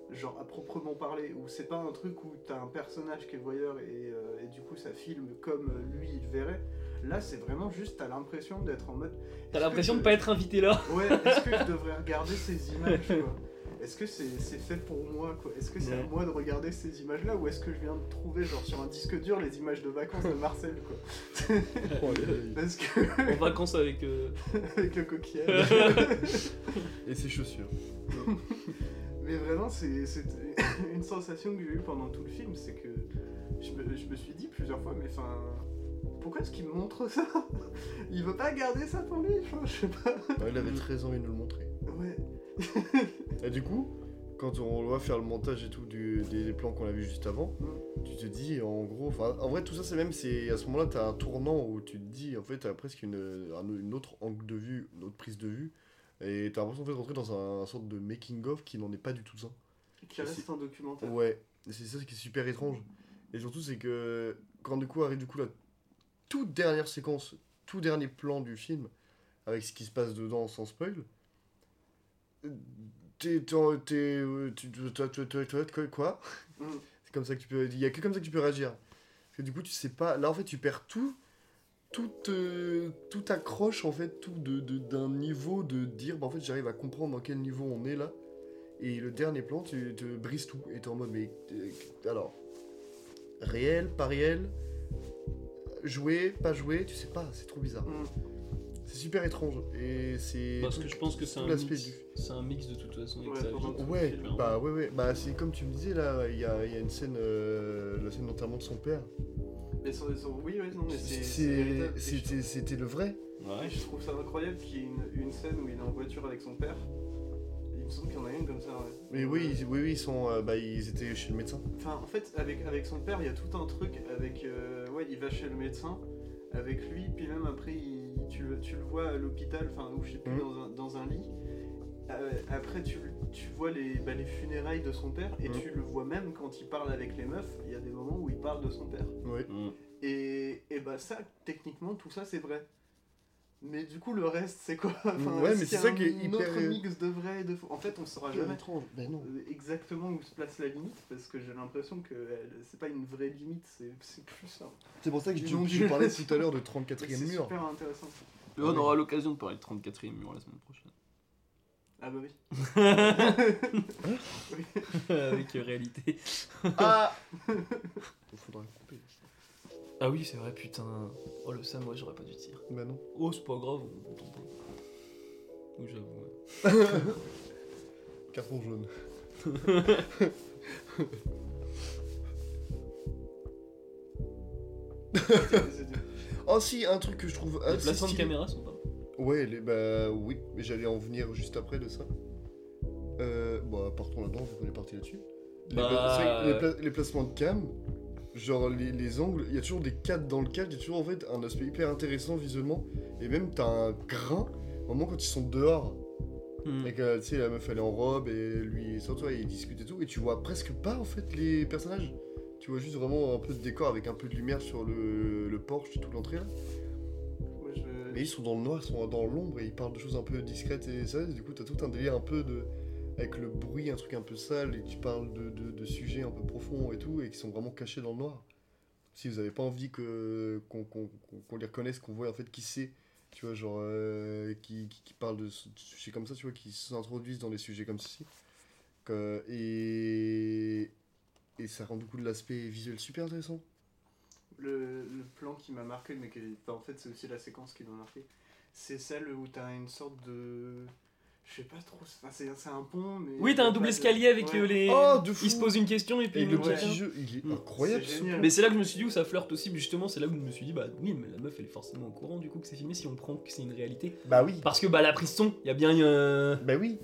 genre à proprement parler, où c'est pas un truc où t'as un personnage qui est voyeur et, euh, et du coup ça filme comme euh, lui il verrait. Là, c'est vraiment juste, t'as l'impression d'être en mode. T'as l'impression de pas pas être invité là Ouais, est-ce que je devrais regarder ces images quoi Est-ce que c'est c'est fait pour moi quoi Est-ce que c'est à Ouais. moi de regarder ces images là ou est-ce que je viens de trouver genre sur un disque dur les images de vacances de Marcel quoi Oh, aïe, aïe, Parce que En vacances avec. euh, avec le coquillage. aïe. Et ses chaussures. Mais vraiment, c'est c'est une sensation que j'ai eue pendant tout le film, c'est que je me, je me suis dit plusieurs fois, mais enfin, pourquoi est-ce qu'il me montre ça Il veut pas garder ça pour lui, enfin, je sais pas. Ouais, il avait Mm. très envie de nous le montrer. Ouais. Et du coup, quand on voit faire le montage et tout du- des, des plans qu'on a vu juste avant, Mm. tu te dis en gros, enfin, en vrai tout ça c'est même, c'est à ce moment-là t'as un tournant où tu te dis en fait t'as presque une, un- une autre angle de vue, une autre prise de vue, et t'as l'impression en fait de rentrer dans un, sorte de making of qui n'en est pas du tout un. Qui reste un documentaire. Ouais, Et c'est ça qui est super étrange. Et surtout c'est que quand du coup arrive du coup la toute dernière séquence, tout dernier plan du film, avec ce qui se passe dedans sans spoil, euh, t'es, t'es, en- t'es, euh, tu- tu- toi- toi- toi- toi- quoi- quoi Mm. C'est comme ça que tu peux, il y a que comme ça que tu peux réagir. Parce que du coup tu sais pas, là en fait tu perds tout, toute, euh, toute accroche en fait, tout de, de- d'un niveau de dire, bah en fait j'arrive à comprendre dans quel niveau on est là. Et le dernier plan, tu te brises tout. Et t'es en mode, mais euh, alors, réel, pas réel, joué, pas joué, tu sais pas, c'est trop bizarre. Mm. C'est super étrange et c'est. Parce tout- que je pense que c'est tout un l'aspect mix. C'est un mix de toute façon avec Ouais, sa pendant vie. tout le Ouais, film. bah ouais, ouais. Bah c'est comme tu me disais là, il y a, il y a une scène, euh, la scène d'enterrement de son père. Mais sans- sans- oui, oui, non, mais c'est. C'est- c'est véritable. Et je C'était c'était le vrai. Ouais, Ouais. je trouve ça incroyable qu'il y ait une, une scène où il est en voiture avec son père. Il me semble qu'il y en a une comme ça. ouais. Mais oui, ils- oui, oui, ils sont, euh, bah ils étaient chez le médecin. Enfin, en fait, avec, avec son père, il y a tout un truc avec. euh, ouais, il va chez le médecin avec lui, puis même après, il- tu, le- tu le vois à l'hôpital, enfin, ou je sais plus, Mhm. dans, un, dans un lit. Euh, après, tu, tu vois les, bah, les funérailles de son père, et Mhm. tu le vois même quand il parle avec les meufs, il y a des moments où il parle de son père. Ouais. Mm. Et, et bah ça, techniquement, tout ça, c'est vrai. Mais du coup, le reste, c'est quoi Enfin, Ouais, est-ce qu'il mais y c'est a ça un- qui est un hyper- euh, Hmm. autre mix de vrai et de faux. En fait, on saura Ah, jamais étrange. Mais non. euh, exactement où se place la limite, parce que j'ai l'impression que elle- c'est pas une vraie limite, c'est c'est plus un... C'est pour ça que Ils tu, ont tu dû- parlais tout à l'heure de C'est 34e mur. super intéressant. Mais on aura l'occasion de parler de 34 e mur la semaine prochaine. Ah bah oui. Oui. avec euh, réalité. Ah. Faudra couper. Ah oui, c'est vrai, putain. Oh le ça, moi j'aurais pas dû dire. Bah non. Oh, c'est pas grave, on t'en parle. Ou j'avoue. ouais. Carton jaune. C'est- c'est- Oh Ah, si, un truc que je trouve Les assez placements de stylé. caméra sont pas. Ouais, les- bah oui, mais j'allais en venir juste après de ça. Euh, bah partons là-dedans, vu qu'on est parti là-dessus. Les, Bah, pla- c'est vrai que les, euh, pla- les placements de cam, genre les, les angles, il y a toujours des cadres dans le cadre, il y a toujours en fait un aspect hyper intéressant visuellement, et même t'as un grain, au moment quand ils sont dehors, Mm. et que tu sais, la meuf elle est en robe, et lui sans toi, ils discutent et tout, et tu vois presque pas en fait les personnages. Tu vois juste vraiment un peu de décor avec un peu de lumière sur le, le porche, toute l'entrée là. Moi, je- Mais ils sont dans le noir, ils sont dans l'ombre et ils parlent de choses un peu discrètes et sérieuses. Du coup, t'as tout un délire un peu de. avec le bruit, un truc un peu sale, et tu parles de, de- de sujets un peu profonds et tout, et qui sont vraiment cachés dans le noir. Si vous avez pas envie que, qu'on, qu'on- qu'on- qu'on les reconnaisse, qu'on voit en fait qui c'est, tu vois, genre. euh, qui, qui, qui parle de, ce- de sujets comme ça, tu vois, qui s'introduisent dans des sujets comme ceci. Que- et. et ça rend du coup de l'aspect visuel super intéressant. le, le plan qui m'a marqué, mais qui, enfin, en fait, c'est aussi la séquence qui m'a marqué, c'est celle où t'as une sorte de. Je sais pas trop, c'est- enfin, c'est c'est un pont, mais. Oui, t'as un double escalier avec Ouais. euh, les. Oh, de fou Il se pose une question et puis Et le l'autre ouais. petit jeu, il est Mm. incroyable. C'est ce génial. plan. Mais c'est là que je me suis dit où ça flirte aussi, mais justement, c'est là où je me suis dit, bah oui, mais la meuf elle est forcément au courant du coup que c'est filmé si on prend que c'est une réalité. Bah oui. Parce que bah la prise son, il y a bien euh, Bah oui.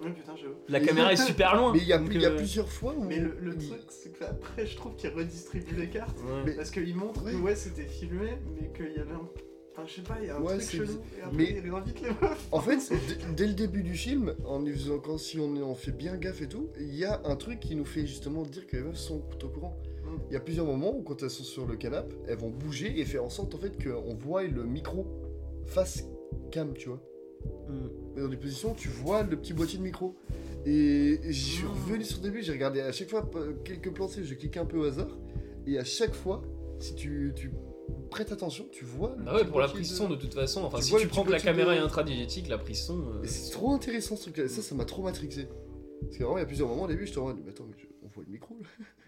Ouais, putain, j'avoue. La Mais- caméra est super loin. Mais il y a, Donc, il y a euh, plusieurs fois où. Mais le, le il- truc, c'est que après, je trouve qu'il redistribue les cartes. ouais. Mais- Parce qu'il montre que Ouais. ouais, c'était filmé, mais qu'il y avait un. Enfin, je sais pas, il y a un Ouais, truc c'est chelou. Et après, mais- il réinvite les meufs. En fait, d- dès le début du film, en y faisant, quand si on, on fait bien gaffe et tout, il y a un truc qui nous fait justement dire que les meufs sont au courant. Mm. Il y a plusieurs moments où, quand elles sont sur le canapé, elles vont bouger et faire en sorte en fait qu'on voit le micro face cam, tu vois. Mm. dans des positions, tu vois le petit boîtier de micro. Et je suis Ah. revenu sur le début, j'ai regardé à chaque fois euh, quelques plans, tu sais, je clique un peu au hasard. Et à chaque fois, si tu, tu prêtes attention, tu vois. le Ah ouais, petit pour la boîtier prise de- son de toute façon, enfin Tu si vois tu le prends petit que la côté de- caméra est intradigétique, la prise son. euh, Et c'est trop intéressant ce truc-là. Et Ça, ça m'a trop matrixé. Parce que vraiment, il y a plusieurs moments au début, je te rends, mais attends, mais je- on voit le micro là.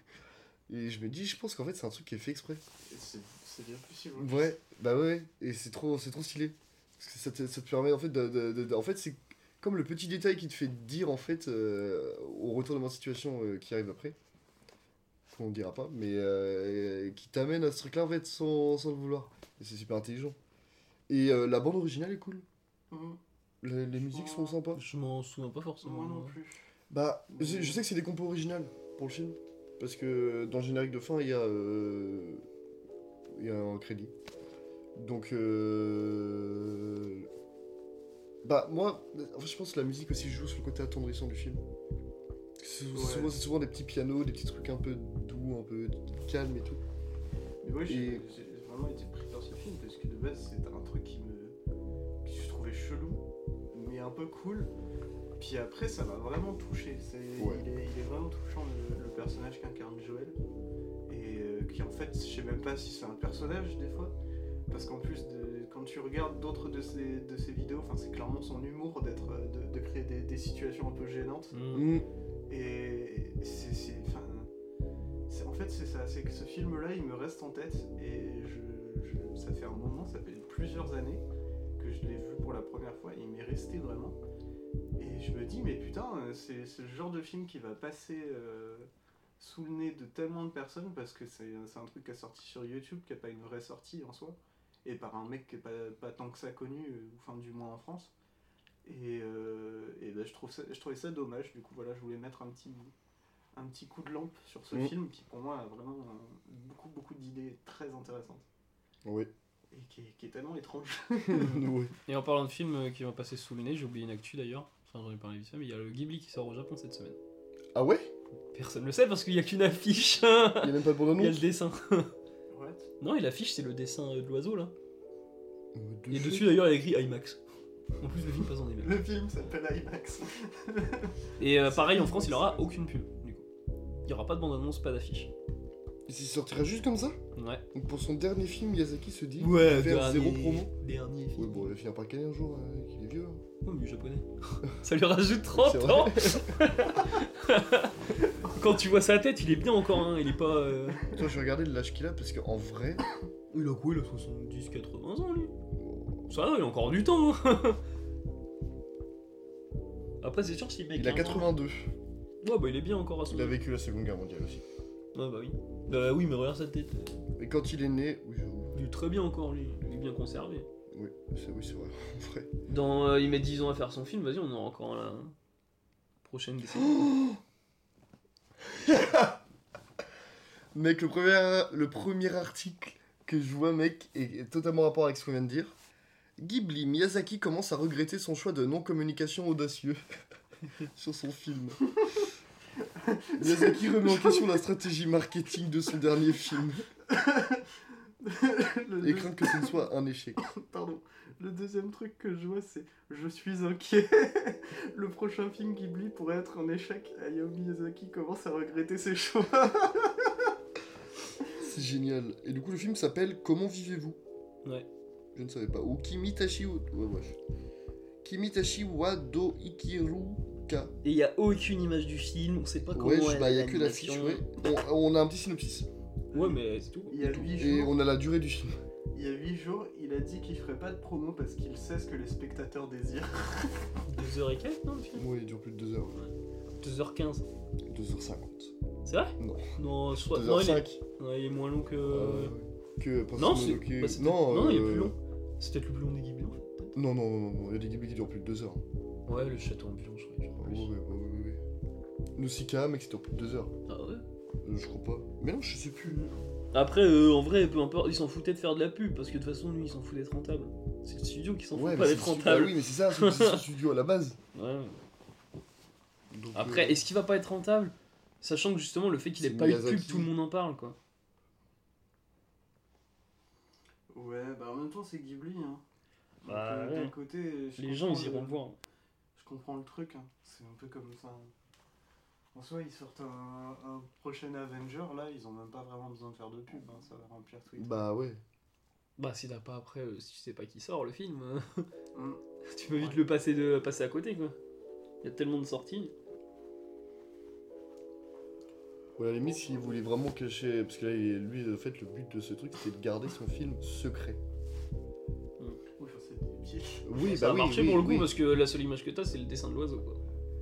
Et je me dis, je pense qu'en fait, c'est un truc qui est fait exprès. C'est c'est bien possible. Ouais, bah ouais, ouais, et c'est trop, c'est trop stylé. Parce que ça te, ça te permet en fait de, de- de- de- En fait, c'est comme le petit détail qui te fait dire en fait euh, au retournement de situation euh, qui arrive après, qu'on ne dira pas, mais euh, qui t'amène à ce truc-là en fait sans, sans le vouloir. Et c'est super intelligent. Et euh, la bande originale est cool. Mhm. La- les musiques sont sympas. Je m'en souviens pas forcément. Moi non Mm. plus. Bah, je, je sais que c'est des compos originales pour le film. Parce que dans le générique de fin, il y a, euh, il y a un crédit. Donc, euh, bah, moi, en fait, je pense que la musique aussi joue sur le côté attendrissant du film. C'est c'est Ouais. souvent, c'est souvent des petits pianos, des petits trucs un peu doux, un peu calmes et tout. Mais ouais, j'ai Et- j'ai vraiment été pris par ce film parce que de base, c'est un truc qui me. que je trouvais chelou, mais un peu cool. Puis après, ça m'a vraiment touché. C'est- Ouais. Il, est, il est vraiment touchant le, le personnage qu'incarne Joël. Et euh, qui en fait, je sais même pas si c'est un personnage des fois. Parce qu'en plus, de, quand tu regardes d'autres de ses, de ses vidéos, enfin, c'est clairement son humour d'être, euh, de, de créer des- des situations un peu gênantes. Mm. Mm. Et c'est. c'est- enfin, c'est- en fait, c'est ça. C'est que ce film-là, il me reste en tête. Et je, je- ça fait un moment, ça fait plusieurs années que je l'ai vu pour la première fois. il m'est resté vraiment. Et je me dis, mais putain, euh, c'est ce genre de film qui va passer euh, sous le nez de tellement de personnes parce que c'est c'est un truc qui a sorti sur YouTube, qui a pas une vraie sortie en soi. Et par un mec qui est pas, pas tant que ça connu, euh, enfin, du moins en France. Et, euh, et ben, je, trouve ça, je trouvais ça dommage. Du coup, voilà, je voulais mettre un petit, un petit coup de lampe sur ce Mm. film qui, pour moi, a vraiment euh, beaucoup, beaucoup d'idées très intéressantes Ah Ouais. et qui est, qui est tellement étrange. Ouais. Et en parlant de films euh, qui vont passer sous le nez, j'ai oublié une actu d'ailleurs. Enfin, j'en ai parlé vite fait, mais il y a le Ghibli qui sort au Japon cette semaine. Ah ouais Personne le sait parce qu'il y a qu'une affiche. Il n'y a même pas de il y a le bande-annonce dessin. What Non, et l'affiche, c'est le dessin euh, de l'oiseau là. Euh, de Et fait. dessus d'ailleurs, il y a écrit IMAX. En plus, le film passe en IMAX. Le film s'appelle IMAX. Et euh, pareil, en France, il aura aucune pub. Du coup. Il y aura pas de bande-annonce, pas d'affiche. Il sortira juste comme ça Ouais. Donc pour son dernier film, Miyazaki se dit qu'il va faire dernier- zéro promo. Dernier film. Oui, bon, il va finir par caler un jour, euh, qu'il est vieux. hein. Oh, mais japonais. Ça lui rajoute 30 C'est vrai. ans. Quand tu vois sa tête, il est bien encore, hein. il est pas. euh, Toi, je regardais l'âge qu'il a parce qu'en vrai, Il a quoi Il a 70, 80 ans lui Ça va, il a encore du temps hein. Après, c'est sûr, s'il met il a 15 ans- 82. Ouais, bah il est bien encore à son Il a âge. vécu la Seconde Guerre mondiale aussi. Ouais, bah oui. Bah oui, mais regarde sa tête. Et quand il est né, oui, je- Il est très bien encore, lui. Il est bien conservé. oui, c'est oui, c'est vrai. En vrai. Dans, euh, il met 10 ans à faire son film, vas-y, on aura encore la prochaine décennie. Mec, le premier, le premier article que je vois, mec, est, est totalement en rapport avec ce qu'on vient de dire. Ghibli, Miyazaki commence à regretter son choix de non-communication audacieux sur son film. Miyazaki remet en question la stratégie marketing de son dernier film le, deux- et craint que ce ne soit un échec. pardon. Le deuxième truc que je vois, c'est Je suis inquiet. le prochain film Ghibli pourrait être un échec. Hayao Miyazaki commence à regretter ses choix. C'est génial. Et du coup, le film s'appelle Comment vivez-vous Ouais. Je ne savais pas. Ou Kimitashi. ou- Ouais, ouais. Kimitashi wa do ikiruka. Et il y a aucune image du film, on sait pas comment Ouais, je- elle bah, il est n'y a que la fiche, l'animation. ouais. On, on a un petit synopsis. Ouais, mais c'est tout. Il y a 8 Et jours, on a la durée du film. il, y a huit jours, il a dit qu'il ferait pas de promo parce qu'il sait ce que les spectateurs désirent. Deux heures et quelques, non, le film Moi, il dure plus de 2h. 2h15. 2h50. C'est vrai Non. Non, je crois. Non, il 2h05. est... non, il est moins long que. Ah, Que Princess non, c'est... Mononoke- bah, c'est Euh, non, peut-être- non, il est euh, plus long. C'est peut-être le plus long des Ghibli, en fait. Non, non, non, non, il y a des Ghibli qui durent plus de 2h. Ouais, le château ambulant, je crois. je crois, Oui, Ah oui. oui, oui, oui, oui. Nausicaa, mec, c'était en plus de 2 heures. Ah ouais Euh, je crois pas. Mais non, je sais plus. Après, euh, en vrai, peu importe, ils s'en foutaient de faire de la pub parce que de toute façon, lui, il s'en fout d'être rentable. C'est le studio qui s'en fout pas mais c'est d'être le studio- Bah rentable. Ah oui, mais c'est ça, c'est c'est son studio à la base. Ouais. Donc, Après, euh, est-ce qu'il va pas être rentable Sachant que justement, le fait qu'il ait C'est pas eu de pub, Miyazaki. tout le monde en parle, quoi. Ouais, bah en même temps, c'est Ghibli. Hein. Donc, Bah, euh, d'un ouais. côté, je Les gens, comprends ils iront le- le voir. Je comprends le truc, hein. c'est un peu comme ça. hein. En soi, ils sortent un, un prochain Avenger, là, ils ont même pas vraiment besoin de faire de pub, hein, ça va remplir Twitter. Bah ouais. Bah, si t'as pas après, euh, si tu sais pas qui sort le film, euh, Mm. tu peux vite Ouais. le passer, de, passer à côté, quoi. Il y a tellement de sorties. Ouais, à la limite, s'il voulait vraiment cacher. Parce que là, il- lui, en fait, le but de ce truc, c'était de garder son film secret. Oui, enfin, c'est des pieds. Oui, ça bah a oui. marché oui, pour le coup oui. parce que la seule image que t'as, c'est le dessin de l'oiseau, quoi.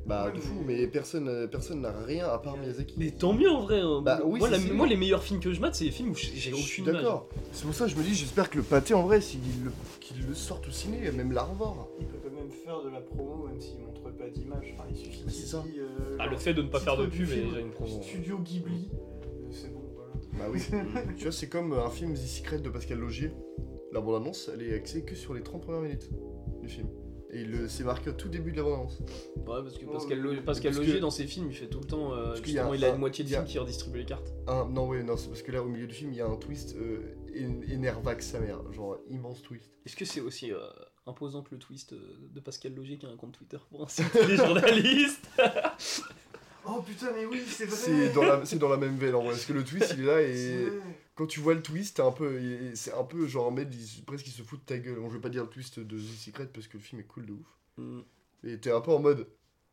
Bah, Ouais, de fou, mais- mais personne euh, personne n'a rien à part Miyazaki. Mais tant mieux en vrai. hein. Bah oui, moi, c'est la- sûr. moi, les meilleurs films que je mate, c'est les films où j'ai j'ai Je suis aucune image. d'accord. C'est pour ça que je me dis, j'espère que le pâté, en vrai, s'il le- qu'il le sorte au ciné, même l'arvor. Ils peuvent quand même faire de la promo, même s'ils montrent pas d'image. Enfin, il suffit Mais c'est ça. qu'ils disent, euh, Ah, genre, le fait de ne pas titre faire de du pub est film, déjà une promo. Studio Ghibli, euh, c'est bon, voilà. Bah oui. tu vois, c'est comme euh, un film The Secret de Pascal Logier. La bande-annonce, elle est axée que sur les 30 premières minutes du film. Et il le- c'est marqué au tout début de la bande-annonce. Ouais, parce que Oh, Pascal, mais- Lo- Pascal parce Logier, que- dans ses films, il fait tout le temps. euh, Parce qu'il y justement, a il a un- une moitié de il y a- film qui redistribue les cartes. Ah, non, ouais, non, c'est parce que là, au milieu du film, il y a un twist euh, é- énervax sa mère. Genre, immense twist. Est-ce que c'est aussi euh, imposant que le twist euh, de Pascal Logier qui a un compte Twitter pour insulter les journalistes Oh putain, mais oui, c'est vrai C'est dans, la- c'est dans la même veine, en vrai. Parce que le twist, il est là C'est et. vrai. Quand tu vois le twist, t'es un peu, il- il- c'est un peu genre, mec, il- presque il se fout de ta gueule. Bon, je vais pas dire le twist de The Secret parce que le film est cool de ouf. Hmm. Et t'es un peu en mode.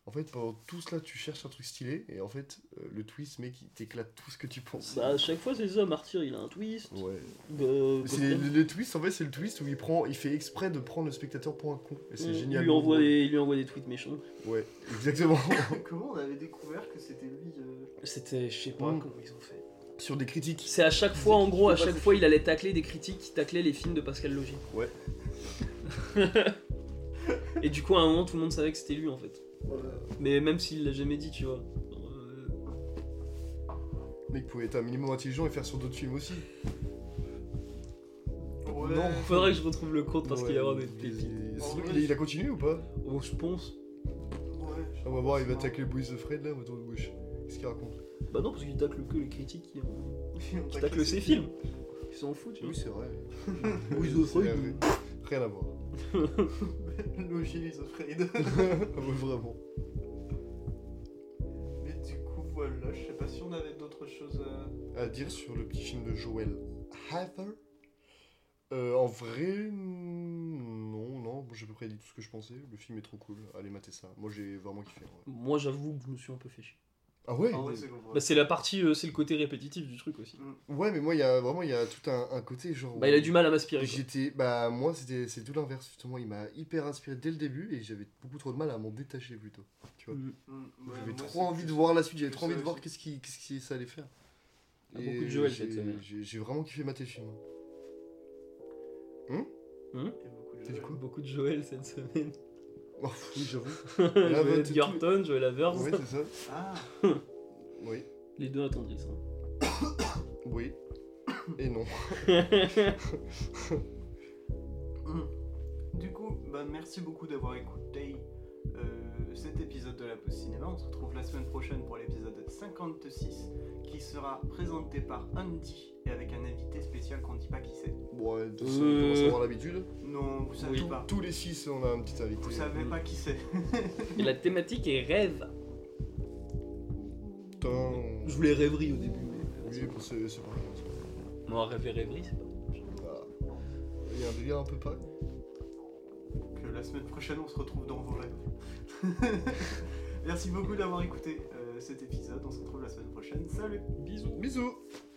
En fait, pendant tout cela, tu cherches un truc stylé, et en fait, euh, le twist, mec, il t'éclate tout ce que tu penses. Bah, à chaque fois, c'est ça. Martyr, il a un twist. ouais. Euh, C'est le, le twist, en fait, c'est le twist où il prend, il fait exprès de prendre le spectateur pour un con. Et c'est Mmh, il génial. lui envoie des- il lui envoie des tweets méchants. Ouais, exactement. Comment on avait découvert que c'était lui euh, C'était, je sais pas Hmm. comment ils ont fait. Sur des critiques. C'est à chaque fois, en gros, à C'est pas chaque ce fois, il allait tacler des critiques qui taclaient les films de Pascal Logier. Ouais. Et du coup, à un moment, tout le monde savait que c'était lui, en fait. euh, Mais même s'il l'a jamais dit, tu vois. Euh, Mec, pouvait être un minimum intelligent et faire sur d'autres films aussi. ouais. Non. Faudrait que je retrouve le compte parce Ouais, qu'il y a vraiment des il- pépites. il- En sinon, vrai, il, il a continué ou pas Ah, Oh, je pense. Ouais, je On va voir, il va pense, tacler Boys the Fred là, autour de gauche. Qu'est-ce qu'il raconte Bah non, parce qu'il tacle que les critiques qui, ont- non. Ils ont qui taclé taclent ses ses films. Mmh. Ils s'en foutent, tu vois. Oui, c'est vrai. Boys the C'est Fred. vrai. Rien à voir. Logique, is afraid. Ah, bah, Vraiment. Mais du coup, voilà, je sais pas si on avait d'autres choses à. à dire sur le petit film de Joel Hather Euh, En vrai, non, non, j'ai à peu près dit tout ce que je pensais. Le film est trop cool. Allez, matez ça. Moi, j'ai vraiment kiffé. en vrai. Moi, j'avoue que je me suis un peu fait chier. Ah ouais Ah ouais, c'est bon. Bah, c'est la partie, euh, c'est le côté répétitif du truc aussi. Ouais, mais moi, il y a vraiment il y a tout un, un côté genre. Bah, il a du mal à m'aspirer. quoi. J'étais. Bah, moi, c'était c'est tout l'inverse, justement. Il m'a hyper inspiré dès le début et j'avais beaucoup trop de mal à m'en détacher plutôt. Tu vois Mm. J'avais trop envie de voir la suite, j'avais c'est trop envie ça de voir aussi. qu'est-ce qui, qu'est-ce qui ça allait faire. Il y a Et beaucoup de Joel cette j'ai- semaine. J'ai j'ai vraiment kiffé mater le film. T'as dit quoi Beaucoup de Joël cette semaine. Oh, oui, j'avoue. Là, bah, Joël tout- Edgerton, Joël Avers. Ouais, c'est ça. Ah, Oui, Les deux attendrissent. hein. oui. Et non. mm. Du coup, bah merci beaucoup d'avoir écouté euh, cet épisode de la Pause Cinéma. On se retrouve la semaine prochaine pour l'épisode 56 qui sera présenté par Andy et avec un invité spécial qu'on ne dit pas qui c'est. Bon, ouais, de ça, Euh. on commence à avoir l'habitude. Non, vous savez Oui. pas. Tous les six, on a un petit invité. Vous savez pas qui c'est. Et la thématique est rêve. Putain, on- Je voulais rêverie au début. Oui, bon, c'est c'est pas grave. Moi, rêve et rêverie, c'est pas. Ah. Il y a un délire un peu pas. que la semaine prochaine on se retrouve dans vos rêves. Merci beaucoup d'avoir écouté euh, cet épisode, on se retrouve la semaine prochaine. Salut Bisous. Bisous